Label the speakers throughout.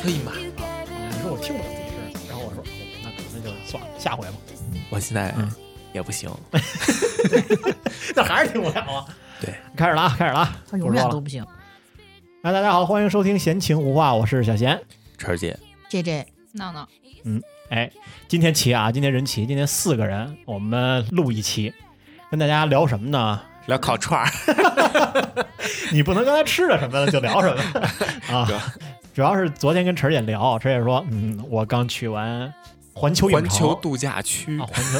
Speaker 1: 特意买的。
Speaker 2: 你说我听不懂这事，然后我说哦那可能就算了，下回吧。
Speaker 3: 我现在
Speaker 2: 嗯
Speaker 3: 也不行，
Speaker 2: 那还是听不了啊。
Speaker 3: 对，
Speaker 2: 开始了啊，开始了啊，
Speaker 4: 他
Speaker 2: 不
Speaker 4: 永
Speaker 2: 说
Speaker 4: 远
Speaker 2: 了
Speaker 4: 都不行。
Speaker 2: 哎，大家好，欢迎收听《闲情无话》，我是小贤。
Speaker 3: 晨儿姐
Speaker 4: J J 闹闹，
Speaker 2: 哎，今天齐啊，今天人齐，今天四个人，我们录一期，跟大家聊什么呢？
Speaker 3: 聊烤 串儿，
Speaker 2: 你不能刚才吃了什么了就聊什 么啊
Speaker 3: 对？
Speaker 2: 主要是昨天跟晨儿姐聊，晨儿姐说，嗯，我刚去完环球影
Speaker 3: 环
Speaker 2: 城
Speaker 3: 球度假区
Speaker 2: 啊，，环球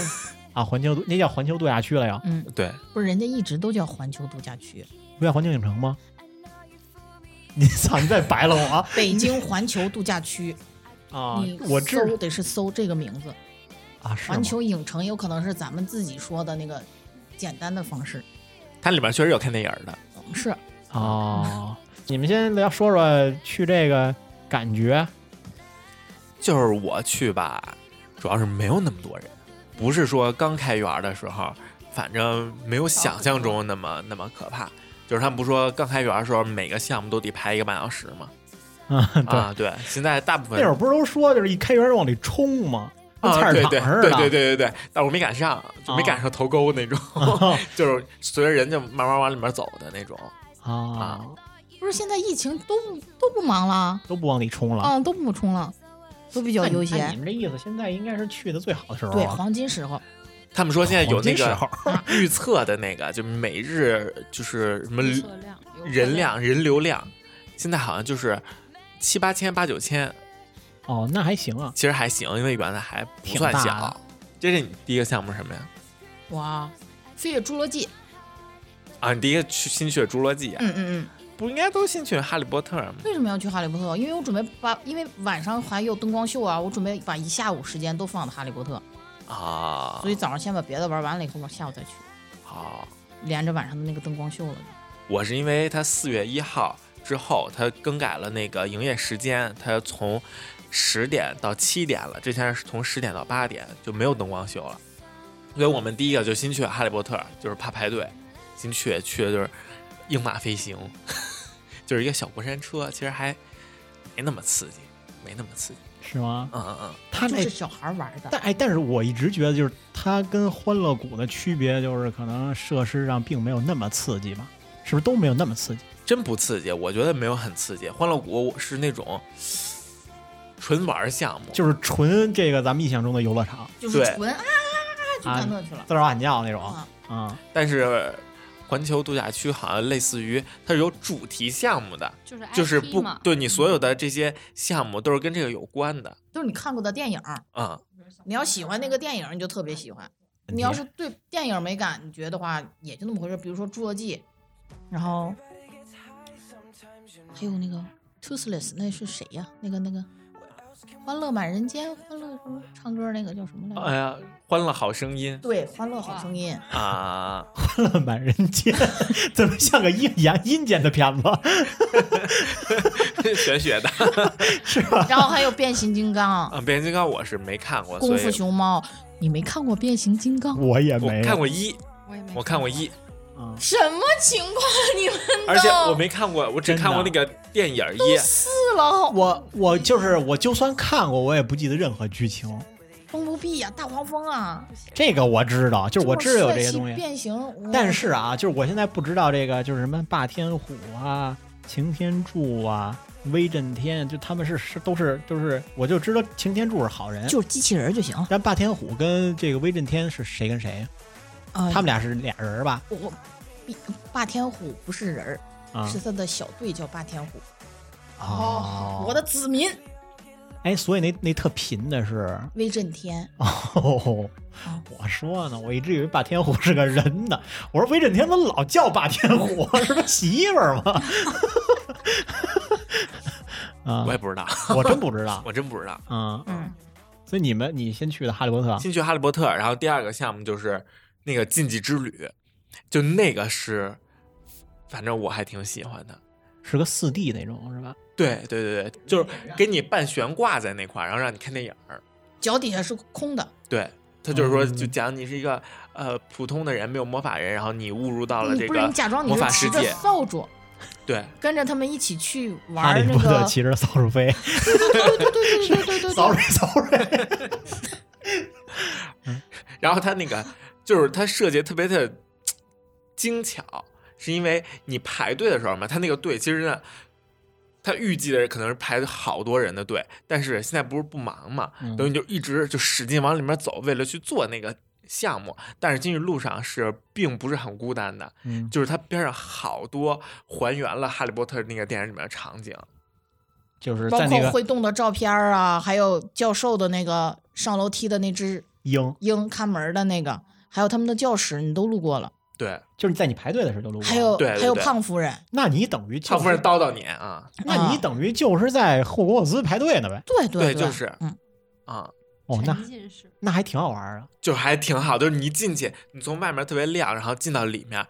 Speaker 2: 啊，环球那叫环球度假区了呀？
Speaker 4: 嗯，
Speaker 3: 对，
Speaker 4: 不是人家一直都叫环球度假区，
Speaker 2: 不叫环球影城吗？ 你操！你再白了我 啊！
Speaker 4: 北京环球度假区，
Speaker 2: 啊
Speaker 4: 你，
Speaker 2: 我知
Speaker 4: 搜得是搜这个名字，
Speaker 2: 啊，是吗
Speaker 4: 环球影城有可能是咱们自己说的那个简单的方式，
Speaker 3: 它里面确实有看电影的，
Speaker 2: 嗯
Speaker 4: 是
Speaker 2: 哦， 你们先聊说说去这个感觉，
Speaker 3: 啊就是我去吧，主要是没有那么多人，不是说刚开园的时候，反正没有想象中那么那么可怕。就是他们不说刚开园的时候，每个项目都得排一个半小时吗？
Speaker 2: 嗯， 对。
Speaker 3: 啊，对，现在大部分
Speaker 2: 那会儿不是都说就是一开园就往里冲吗？跟菜
Speaker 3: 啊，
Speaker 2: 市
Speaker 3: 对
Speaker 2: 场似
Speaker 3: 对对
Speaker 2: 的。
Speaker 3: 对对对对，但我没赶上，就没
Speaker 2: 啊
Speaker 3: 赶上头沟 那种，就是随着人就慢慢往里面走的那种。
Speaker 2: 啊，
Speaker 4: 不是现在疫情都不都不忙了，
Speaker 2: 都不往里冲了。
Speaker 4: 嗯，都不冲了，都比较
Speaker 2: 那
Speaker 4: 悠
Speaker 2: 你那你
Speaker 4: 闲，
Speaker 2: 们这意思，现在应该是去的最好的时候
Speaker 4: 对，
Speaker 2: 啊
Speaker 4: 黄金时候，
Speaker 3: 他们说现在有
Speaker 2: 黄
Speaker 3: 那
Speaker 2: 金时
Speaker 3: 个
Speaker 2: 候
Speaker 3: 预测的那个，就每日就是什么
Speaker 2: 嗯
Speaker 5: 预测量有
Speaker 3: 人量、人流量，现在好像就是七八千、八九千，
Speaker 2: 哦，那还行啊。
Speaker 3: 其实还行，因为原来还不算
Speaker 2: 挺大
Speaker 3: 小。这是你第一个项目是什么呀？
Speaker 4: 哇，飞跃侏罗纪，
Speaker 3: 啊，你第一个去新去侏罗纪啊，
Speaker 4: 嗯嗯嗯，
Speaker 3: 不应该都新去哈利波特吗？
Speaker 4: 为什么要去哈利波特？因为我准备把，因为晚上还有灯光秀啊，我准备把一下午时间都放在哈利波特，
Speaker 3: 啊，
Speaker 4: 所以早上先把别的玩完了以后，下午再去，
Speaker 3: 好，
Speaker 4: 连着晚上的那个灯光秀了。
Speaker 3: 我是因为它四月一号之后，它更改了那个营业时间，它从十点到七点了，之前是从十点到八点，就没有灯光秀了。所以我们第一个就新去哈利波特，就是怕排队，新去去的就是 鹰马飞行，就是一个小过山车，其实还没那么刺激，没那么刺激。
Speaker 2: 是吗？
Speaker 3: 嗯嗯嗯，
Speaker 2: 他
Speaker 4: 就
Speaker 2: 那
Speaker 4: 是小孩玩的，
Speaker 2: 但哎，但是我一直觉得就是它跟欢乐谷的区别就是可能设施上并没有那么刺激吧，是不是都没有那么刺激？
Speaker 3: 真不刺激，我觉得没有很刺激。欢乐谷是那种纯玩儿项目，
Speaker 2: 就是纯这个咱们印象中的游乐场，
Speaker 4: 就是
Speaker 3: 对
Speaker 4: 纯啊就干那去了。
Speaker 2: 自个儿喊叫那种
Speaker 4: 啊
Speaker 2: 啊。
Speaker 3: 但是呃环球度假区好像类似于它是有主题项目的，
Speaker 5: 就是
Speaker 3: 就是不
Speaker 5: IP
Speaker 4: 嗯
Speaker 5: 嘛
Speaker 3: 对你所有的这些项目都是跟这个有关的。
Speaker 4: 就是你看过的电影，
Speaker 3: 嗯，
Speaker 4: 你要喜欢那个电影，你就特别喜欢；你要是对电影没感觉的话，也就那么回事。比如说《侏罗纪》，然后还有那个《Toothless》，那是谁呀？那个那个《欢乐满人间》，欢乐什么唱歌那个叫什么来
Speaker 3: 哎
Speaker 4: 着？
Speaker 3: 呀，欢乐好声音
Speaker 4: 对，《欢乐好声音》
Speaker 3: 啊，
Speaker 2: 欢乐满人间， 怎么像个阴阳阴间的片子？
Speaker 3: 玄学的。
Speaker 4: 然后还有《变形金刚》
Speaker 3: 啊，变形金刚我是没看过，
Speaker 4: 《
Speaker 3: 所
Speaker 4: 功
Speaker 3: 以
Speaker 4: 夫熊猫》，你没看过《变形金刚》？
Speaker 2: 我也
Speaker 3: 我
Speaker 2: 没有
Speaker 3: 看过一，
Speaker 5: 我也没
Speaker 3: 我看过一，
Speaker 2: 啊
Speaker 4: 什么情况？你们
Speaker 3: 而且我没看过，我只
Speaker 2: 真的
Speaker 3: 看过那个电影一。
Speaker 4: 四了，
Speaker 2: 我我就是我就算看过，我也不记得任何剧情。
Speaker 4: 风不避呀、大黄蜂啊，
Speaker 2: 这个我知道，就是我知道有这些东
Speaker 4: 这么帅气
Speaker 2: 西，
Speaker 4: 变形，我
Speaker 2: 但是啊，就是我现在不知道这个就是什么霸天虎啊、擎天柱啊、威震天，就他们是是都是都是，我就知道擎天柱是好人。
Speaker 4: 就是机器人就行了。
Speaker 2: 但霸天虎跟这个威震天是谁跟谁？
Speaker 4: 啊
Speaker 2: 他们俩是俩人儿吧？
Speaker 4: 我比霸天虎不是人儿，
Speaker 2: 啊
Speaker 4: 是他的小队叫霸天虎。
Speaker 2: 哦
Speaker 4: 我的子民
Speaker 2: 哎，所以那那特贫的是
Speaker 4: 威震天，
Speaker 2: 哦
Speaker 4: 啊，
Speaker 2: 我说呢，我一直以为霸天虎是个人呢。我说威震天怎么老叫霸天虎？啊 是他媳妇儿吗？ 啊
Speaker 3: 我，也不知道，
Speaker 2: 我真不知道
Speaker 3: 我真不知道。
Speaker 2: 啊。
Speaker 4: 嗯，
Speaker 2: 所以你们，你先去的哈利波特啊
Speaker 3: 进去哈利波特，然后第二个项目就是那个禁忌之旅，就那个是，反正我还挺喜欢的。
Speaker 2: 是个四 D 那种是吧？
Speaker 3: 对对对对，就是给你半悬挂在那块儿，然后让你看电影儿。
Speaker 4: 脚底下是空的，
Speaker 3: 对他就是说，
Speaker 2: 嗯
Speaker 3: 就讲你是一个呃普通的人，没有魔法人，然后你误入到了
Speaker 4: 你
Speaker 3: 这
Speaker 4: 不是你
Speaker 3: 个
Speaker 4: 假装你
Speaker 3: 魔
Speaker 4: 是
Speaker 3: 法世
Speaker 4: 骑着
Speaker 3: 界
Speaker 4: 扫帚，
Speaker 3: 对，
Speaker 4: 跟着他们一起去
Speaker 2: 哈利
Speaker 4: 玩那
Speaker 2: 波特
Speaker 4: 个，
Speaker 2: 骑着扫帚飞
Speaker 4: 对对对对对对对，
Speaker 2: ，sorry sorry，
Speaker 3: 然后他那个就是他设计得特别的精巧，是因为你排队的时候嘛，他那个队其实呢，他预计的可能是排好多人的队，但是现在不是不忙嘛，
Speaker 2: 嗯
Speaker 3: 等于你就一直就使劲往里面走，为了去做那个项目，但是进去路上是并不是很孤单的，
Speaker 2: 嗯，
Speaker 3: 就是它边上好多还原了《哈利波特》那个电影里面的场景，
Speaker 2: 就是
Speaker 4: 包
Speaker 2: 在那
Speaker 4: 括
Speaker 2: 个
Speaker 4: 会动的照片儿啊，还有教授的那个上楼梯的那只
Speaker 2: 鹰，
Speaker 4: 鹰看门儿的那个，还有他们的教室，你都路过了，
Speaker 3: 对，
Speaker 2: 就是在你排队的时候就路过了，
Speaker 4: 还有
Speaker 3: 对对
Speaker 4: 还有
Speaker 3: 对
Speaker 4: 胖夫人，
Speaker 2: 那你等于
Speaker 3: 他
Speaker 2: 就
Speaker 3: 不是
Speaker 2: 是，
Speaker 3: 叨叨你啊
Speaker 2: 那你
Speaker 4: 啊
Speaker 2: 等于就是在霍格沃兹排队呢呗？
Speaker 4: 对
Speaker 3: 对
Speaker 4: 对
Speaker 3: 就是
Speaker 4: 嗯，
Speaker 3: 啊、
Speaker 2: 哦，那
Speaker 1: 沉浸 式，
Speaker 2: 那还挺好玩儿啊。
Speaker 3: 就还挺好，就是你一进去，你从外面特别亮，然后进到里面，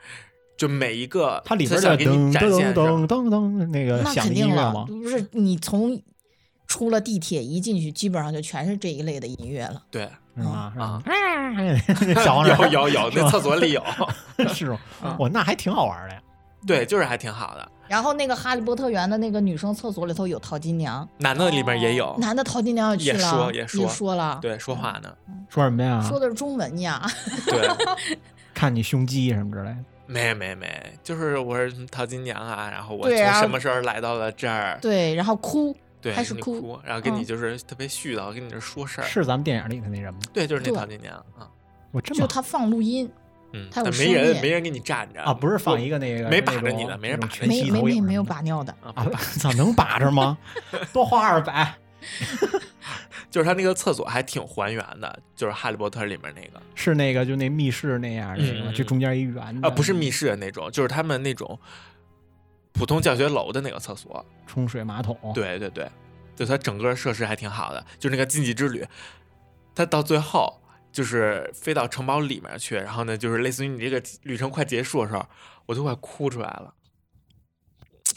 Speaker 3: 就每一个
Speaker 2: 它里边
Speaker 3: 他
Speaker 2: 儿
Speaker 3: 想
Speaker 2: 的
Speaker 3: 给
Speaker 2: 噔
Speaker 3: 你展现
Speaker 2: 噔
Speaker 3: 什么
Speaker 2: 噔噔噔那个
Speaker 4: 那
Speaker 2: 呃响的
Speaker 4: 肯
Speaker 2: 音
Speaker 4: 定啊
Speaker 2: 乐
Speaker 4: 了
Speaker 2: 吗，？
Speaker 4: 不是你从出了地铁一进去，基本上就全是这一类的音乐了，
Speaker 3: 对，
Speaker 2: 是吗？是吗
Speaker 3: 啊
Speaker 2: 那 小王
Speaker 3: 有
Speaker 2: 儿
Speaker 3: 有有，
Speaker 2: 啊是
Speaker 3: 那
Speaker 2: 吧
Speaker 3: 厕所里有，啊
Speaker 2: 是吗
Speaker 4: 嗯？
Speaker 2: 哇，那还挺好玩儿的呀。
Speaker 3: 对，就是还挺好的。
Speaker 4: 然后那个哈利波特园的那个女生厕所里头有淘金娘，
Speaker 3: 男的里面也有，
Speaker 4: 男的淘金娘也
Speaker 3: 哦也
Speaker 4: 去了，啊
Speaker 3: 说
Speaker 4: 也
Speaker 3: 也说
Speaker 4: 了，
Speaker 3: 对，说话 呢，
Speaker 2: 说什么呀？
Speaker 4: 说的是中文呀，
Speaker 3: 对，
Speaker 2: 看你胸肌什么之类的。
Speaker 3: 没没没，就是我是淘金娘啊，然后我从
Speaker 4: 对然后
Speaker 3: 什么时候来到了这儿，
Speaker 4: 对，然后哭，
Speaker 3: 对，
Speaker 4: 开始
Speaker 3: 你
Speaker 4: 哭
Speaker 3: 哭，然后跟你
Speaker 4: 嗯
Speaker 3: 就是特别絮叨，跟你这说事儿，
Speaker 2: 是咱们电影里的那人吗？
Speaker 3: 对，就是那
Speaker 4: 对
Speaker 3: 淘金娘啊，
Speaker 2: 我这
Speaker 4: 就
Speaker 2: 么
Speaker 4: 他放录音，
Speaker 3: 嗯，
Speaker 4: 他
Speaker 3: 但
Speaker 4: 有
Speaker 3: 没
Speaker 4: 生
Speaker 3: 人
Speaker 4: 命
Speaker 3: 没人给你站着
Speaker 2: 啊，不是放一个那个
Speaker 3: 没
Speaker 2: 那
Speaker 3: 把着
Speaker 2: 种
Speaker 3: 你呢没人
Speaker 2: 那种
Speaker 3: 把着
Speaker 2: 全
Speaker 3: 你
Speaker 4: 没
Speaker 2: 息
Speaker 4: 没
Speaker 2: 投
Speaker 4: 没
Speaker 2: 影
Speaker 4: 没有
Speaker 2: 什么的
Speaker 4: 把尿的，
Speaker 3: 啊，不
Speaker 2: 啊
Speaker 3: 是，
Speaker 2: 咋能把着 吗？多花二百。
Speaker 3: 就是他那个厕所还挺还原的，就是《哈利波特》里面那个
Speaker 2: 是那个就那密室那样的那个吗，
Speaker 3: 嗯
Speaker 2: 就中间一圆的
Speaker 3: 啊，不是密室的那种，就是他们那种普通教学楼的那个厕所。
Speaker 2: 冲水马桶。，
Speaker 3: 对对对，就它整个设施还挺好的，就那个禁忌之旅，它到最后就是飞到城堡里面去，然后呢，就是类似于你这个旅程快结束的时候，我都快哭出来了，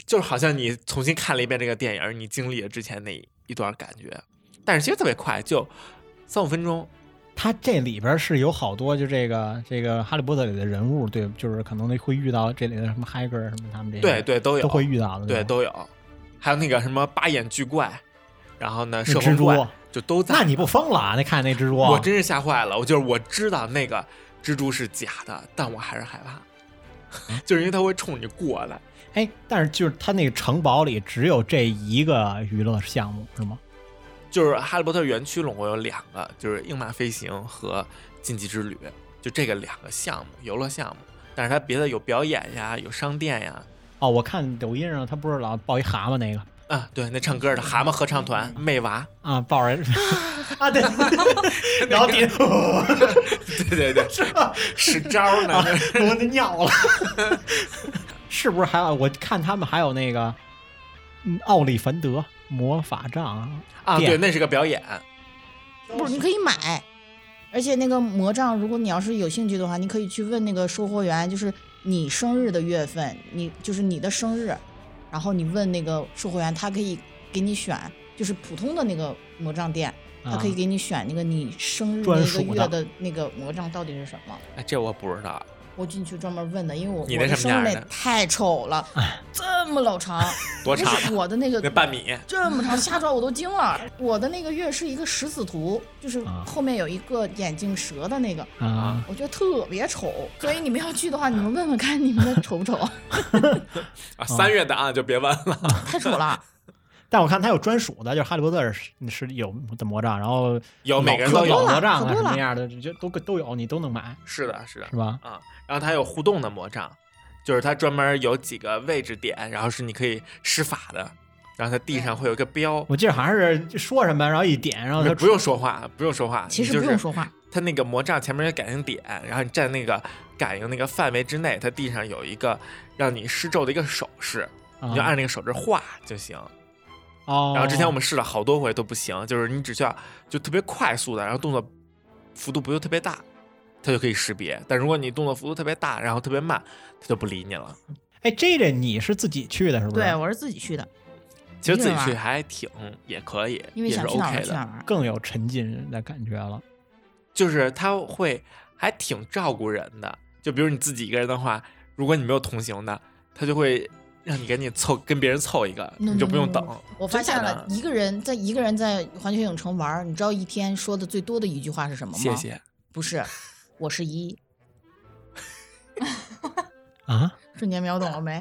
Speaker 3: 就是好像你重新看了一遍这个电影，你经历了之前那一段感觉，但是其实特别快，就三五分钟，
Speaker 2: 它这里边是有好多就这个这个哈利波特里的人物，对，就是可能会遇到这里的什么哈格尔什么他们这些，
Speaker 3: 对对都有
Speaker 2: 都会遇到的，
Speaker 3: 对
Speaker 2: 吧
Speaker 3: 都有，还有那个什么八眼巨怪，然后呢，
Speaker 2: 那
Speaker 3: 射
Speaker 2: 蜘
Speaker 3: 红
Speaker 2: 蛛啊
Speaker 3: 怪就都在，
Speaker 2: 那你不疯了啊？那看那蜘蛛，
Speaker 3: 我真是吓坏了，我就是我知道那个蜘蛛是假的，但我还是害怕， 就是因为它会冲你过来。
Speaker 2: 哎，但是就是它那个城堡里只有这一个娱乐项目是吗？
Speaker 3: 就是《哈利波特》园区总共有两个，就是《硬马飞行》和《禁忌之旅》，就这个两个项目，游乐项目。但是它别的有表演呀，有商店呀，
Speaker 2: 哦，我看抖音上他不是老抱一蛤蟆那个
Speaker 3: 啊，对，那唱歌的蛤蟆合唱团、妹娃，
Speaker 2: 啊，抱着啊， 对，然后底下
Speaker 3: 对对对，使招呢，
Speaker 2: 我就尿了， 是不是还有？我看他们还有那个嗯奥利凡德魔法杖啊
Speaker 3: 啊，对，
Speaker 2: 店
Speaker 3: 那是个表演，
Speaker 4: 不是，你可以买。而且那个魔杖，如果你要是有兴趣的话，你可以去问那个售货员，就是你生日的月份，你就是你的生日，然后你问那个售货员，他可以给你选，就是普通的那个魔杖店，
Speaker 2: 啊
Speaker 4: 他啊可以给你选那个你生日
Speaker 2: 专
Speaker 4: 那
Speaker 2: 属
Speaker 4: 个
Speaker 2: 的
Speaker 4: 月的那个魔杖到底是什么。
Speaker 3: 哎，这我不知道，
Speaker 4: 我进去专门问的，因为我
Speaker 3: 你
Speaker 4: 我
Speaker 3: 那
Speaker 4: 的
Speaker 3: 什么
Speaker 4: 生
Speaker 3: 样的
Speaker 4: 日那太丑了，
Speaker 2: 哎
Speaker 4: 这么老长，
Speaker 3: 多长啊
Speaker 4: 不是我的那个
Speaker 3: 那半米，
Speaker 4: 这么长，吓着我都惊了。我的那个月是一个十字图，就是
Speaker 2: 啊
Speaker 4: 后面有一个眼镜蛇的那个，
Speaker 2: 啊，
Speaker 4: 我觉得特别丑。所以你们要去的话，你们问问看你们的丑不 丑，
Speaker 3: 啊，三月的啊就别问了，
Speaker 4: 太丑了。
Speaker 2: 但我看他有专属的，就是哈利波特是是有的魔杖，然后
Speaker 3: 有每个人
Speaker 2: 老
Speaker 3: 都
Speaker 4: 可多
Speaker 2: 老
Speaker 3: 有，
Speaker 4: 了
Speaker 2: 魔杖啊什
Speaker 4: 可多了
Speaker 2: 么样的，就都都有，你都能买
Speaker 3: 是的，是的，
Speaker 2: 是吧？
Speaker 3: 啊，然后它有互动的魔杖，就是它专门有几个位置点，然后是你可以施法的，然后它地上会有一个标，
Speaker 2: 我记得好像是说什么，然后一点，然后他
Speaker 3: 不用说话，不用说话，
Speaker 4: 其实
Speaker 3: 你就
Speaker 4: 不
Speaker 3: 是
Speaker 4: 用说话，
Speaker 3: 它那个魔杖前面有感应点，然后你站那个感应那个范围之内，它地上有一个让你施咒的一个手势，你就
Speaker 2: 啊
Speaker 3: 按那个手势画就行。
Speaker 2: 哦，
Speaker 3: 然后之前我们试了好多回都不行，就是你只需要就特别快速的，然后动作幅度不用特别大，它就可以识别。但如果你动作幅度特别大，然后特别慢，它就不理你了。
Speaker 2: 哎，这个你是自己去的，是不是？
Speaker 4: 对，我是自己去的，
Speaker 3: 其实自己
Speaker 4: 一个
Speaker 3: 去
Speaker 4: 人玩啊
Speaker 3: 还挺也可以，
Speaker 4: 因为
Speaker 3: 也是
Speaker 4: 想去哪儿
Speaker 3: OK
Speaker 4: 玩去哪
Speaker 3: 的。
Speaker 4: 儿玩。
Speaker 2: 更有沉浸的感觉了。
Speaker 3: 就是他会还挺照顾人的，就比如你自己一个人的话，如果你没有同行的，他就会让你赶紧凑跟别人凑一个，
Speaker 4: No,
Speaker 3: 你就不用
Speaker 4: no, no,
Speaker 3: 等
Speaker 4: no, no.。我发现了一个人在一个人在环球影城玩儿，你知道一天说的最多的一句话是什么吗？
Speaker 3: 谢，谢。
Speaker 4: 不是，我是一，
Speaker 2: 啊，
Speaker 4: 瞬间秒懂了没？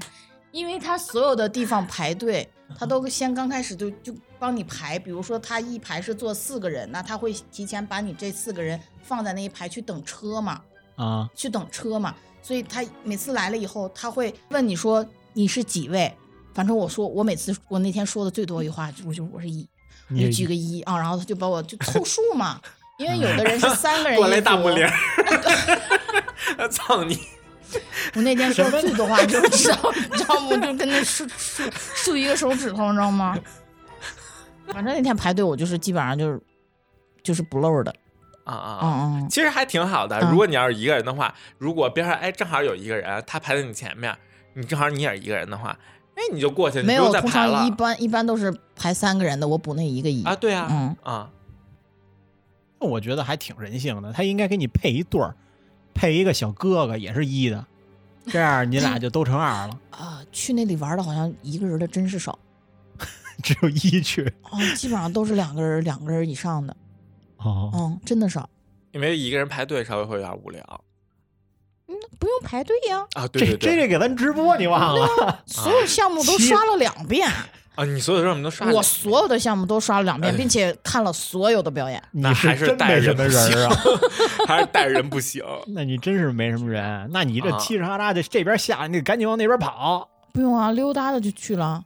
Speaker 4: 因为他所有的地方排队，
Speaker 3: 嗯
Speaker 4: 他都先刚开始就就帮你排，比如说他一排是坐四个人，那他会提前把你这四个人放在那一排去等车嘛，
Speaker 2: 啊，
Speaker 4: 去等车嘛，所以他每次来了以后，他会问你说你是几位，反正我说我每次我那天说的最多一句话，我就我是一，我
Speaker 2: 你
Speaker 4: 就举个一啊，然后他就把我就凑数嘛， 因为有的人是三个人一
Speaker 3: 过来大
Speaker 4: 组
Speaker 3: 木铃 儿，操你！
Speaker 4: 我那天说的最多话就是知道，你知道吗？我就跟那竖竖竖一个手指头，你知道吗？反正那天排队，我就是基本上就是就是不漏的，
Speaker 3: 啊啊啊！
Speaker 4: 嗯嗯，
Speaker 3: 其实还挺好的。
Speaker 4: 嗯
Speaker 3: 如果你要是一个人的话，如果边上哎正好有一个人，他排在你前面，你正好你也是一个人的话，哎你就过去，你不
Speaker 4: 没有
Speaker 3: 用，再
Speaker 4: 通
Speaker 3: 排了
Speaker 4: 常一般一般都是排三个人的，我补那一个一
Speaker 3: 啊。对啊，
Speaker 4: 嗯，
Speaker 3: 啊，
Speaker 2: 那我觉得还挺人性的，他应该给你配一对儿，配一个小哥哥也是一的，这样你俩就都成二了，
Speaker 4: 啊，去那里玩的好像一个人的真是少，
Speaker 2: 只有一去。
Speaker 4: 哦，基本上都是两个人两个人以上的，
Speaker 2: 哦，
Speaker 4: 嗯，真的少，
Speaker 3: 因为一个人排队稍微会有点无聊
Speaker 4: 不用排队呀，
Speaker 3: 啊。对
Speaker 2: 这
Speaker 3: 对
Speaker 2: 这
Speaker 3: 对，
Speaker 2: 得给咱直播，你忘了？
Speaker 4: 所有项目都
Speaker 2: 七
Speaker 4: 刷了两遍，
Speaker 3: 啊，你所有的我们都刷了，
Speaker 4: 我所有的项目都刷了两遍，
Speaker 3: 哎
Speaker 4: 并且看了所有的表演。
Speaker 2: 你
Speaker 3: 那还
Speaker 2: 真
Speaker 3: 带
Speaker 2: 没什
Speaker 3: 人
Speaker 2: 么
Speaker 3: 不
Speaker 2: 人
Speaker 3: 行
Speaker 2: 儿啊。，
Speaker 3: 还是带人不行。
Speaker 2: 那你真是没什么人，那你这
Speaker 3: 啊
Speaker 2: 七上八拉的这边下，你得赶紧往那边跑。
Speaker 4: 不用啊，溜达的就去了。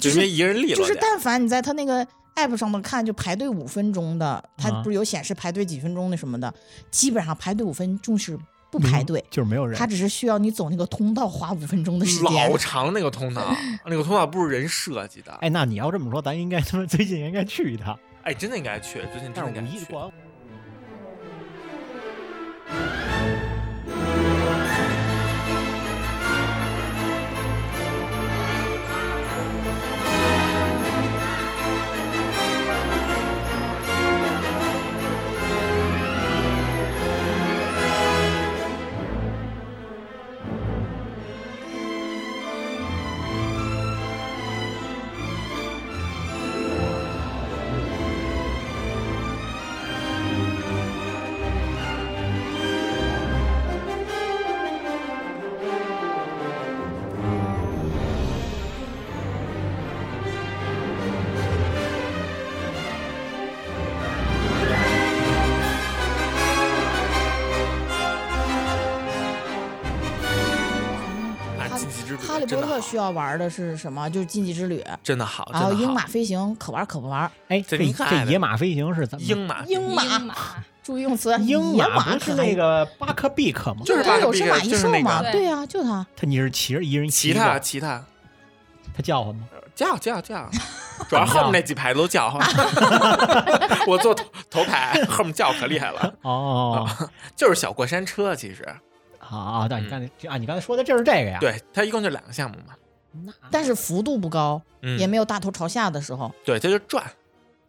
Speaker 3: 就因为一个人立了
Speaker 4: 就是
Speaker 3: 点
Speaker 4: 但凡你在他那个 app 上头看，就排队五分钟的，他
Speaker 2: 啊
Speaker 4: 不是有显示排队几分钟那什么的，基本上排队五分钟是不排队，
Speaker 2: 就是没有人
Speaker 4: 他。只是需要你走那个通道花五分钟的时间
Speaker 3: 老。长了那个通道，那个通道不是人设计的。
Speaker 2: 哎，那你要这么说，咱应该他妈最近应该去一趟。
Speaker 3: 哎，真的应该去， 最近真
Speaker 2: 但是
Speaker 3: 的
Speaker 2: 五
Speaker 3: 应该
Speaker 2: 一
Speaker 3: 去
Speaker 2: 过。完，
Speaker 3: 哎，
Speaker 4: 哈
Speaker 3: 禁忌之旅
Speaker 4: 哈利波
Speaker 3: 真的
Speaker 4: 特
Speaker 3: 好
Speaker 4: 需要玩的是什么？就是禁忌之旅，
Speaker 3: 真的好，
Speaker 4: 然后
Speaker 3: 真的
Speaker 4: 鹰
Speaker 3: 好啊
Speaker 4: 马飞行可玩可不玩。
Speaker 2: 哎，这
Speaker 3: 这挺可爱
Speaker 2: 这
Speaker 3: 的
Speaker 2: 野马飞行是怎么？
Speaker 3: 鹰马
Speaker 4: 鹰
Speaker 1: 马
Speaker 4: 马，注意用词，
Speaker 2: 鹰
Speaker 4: 野
Speaker 2: 马不
Speaker 4: 可
Speaker 2: 是
Speaker 4: 还
Speaker 2: 那个巴克比克吗？
Speaker 3: 就是
Speaker 4: 对
Speaker 3: 巴
Speaker 4: 他
Speaker 3: 克
Speaker 4: 有
Speaker 3: 比
Speaker 4: 是
Speaker 3: 克
Speaker 4: 马一
Speaker 3: 就是
Speaker 4: 兽
Speaker 3: 那个啊
Speaker 4: 嘛？
Speaker 1: 对
Speaker 4: 对呀，就他。
Speaker 2: 他你是骑着一人骑
Speaker 3: 骑
Speaker 2: 一个
Speaker 3: 它，骑它，
Speaker 2: 他叫唤吗？
Speaker 3: 叫叫 叫，主要后面那几排都叫， 我坐头头排，后面叫可厉害了，
Speaker 2: 哦
Speaker 3: 就是小过山车，其实
Speaker 2: 啊啊！那你刚才这啊，你刚才说的就是这个呀？，
Speaker 3: 嗯对它一共就两个项目嘛，
Speaker 2: 那
Speaker 4: 但是幅度不高，
Speaker 3: 嗯
Speaker 4: 也，没有大头朝下的时候，
Speaker 3: 对，它就转，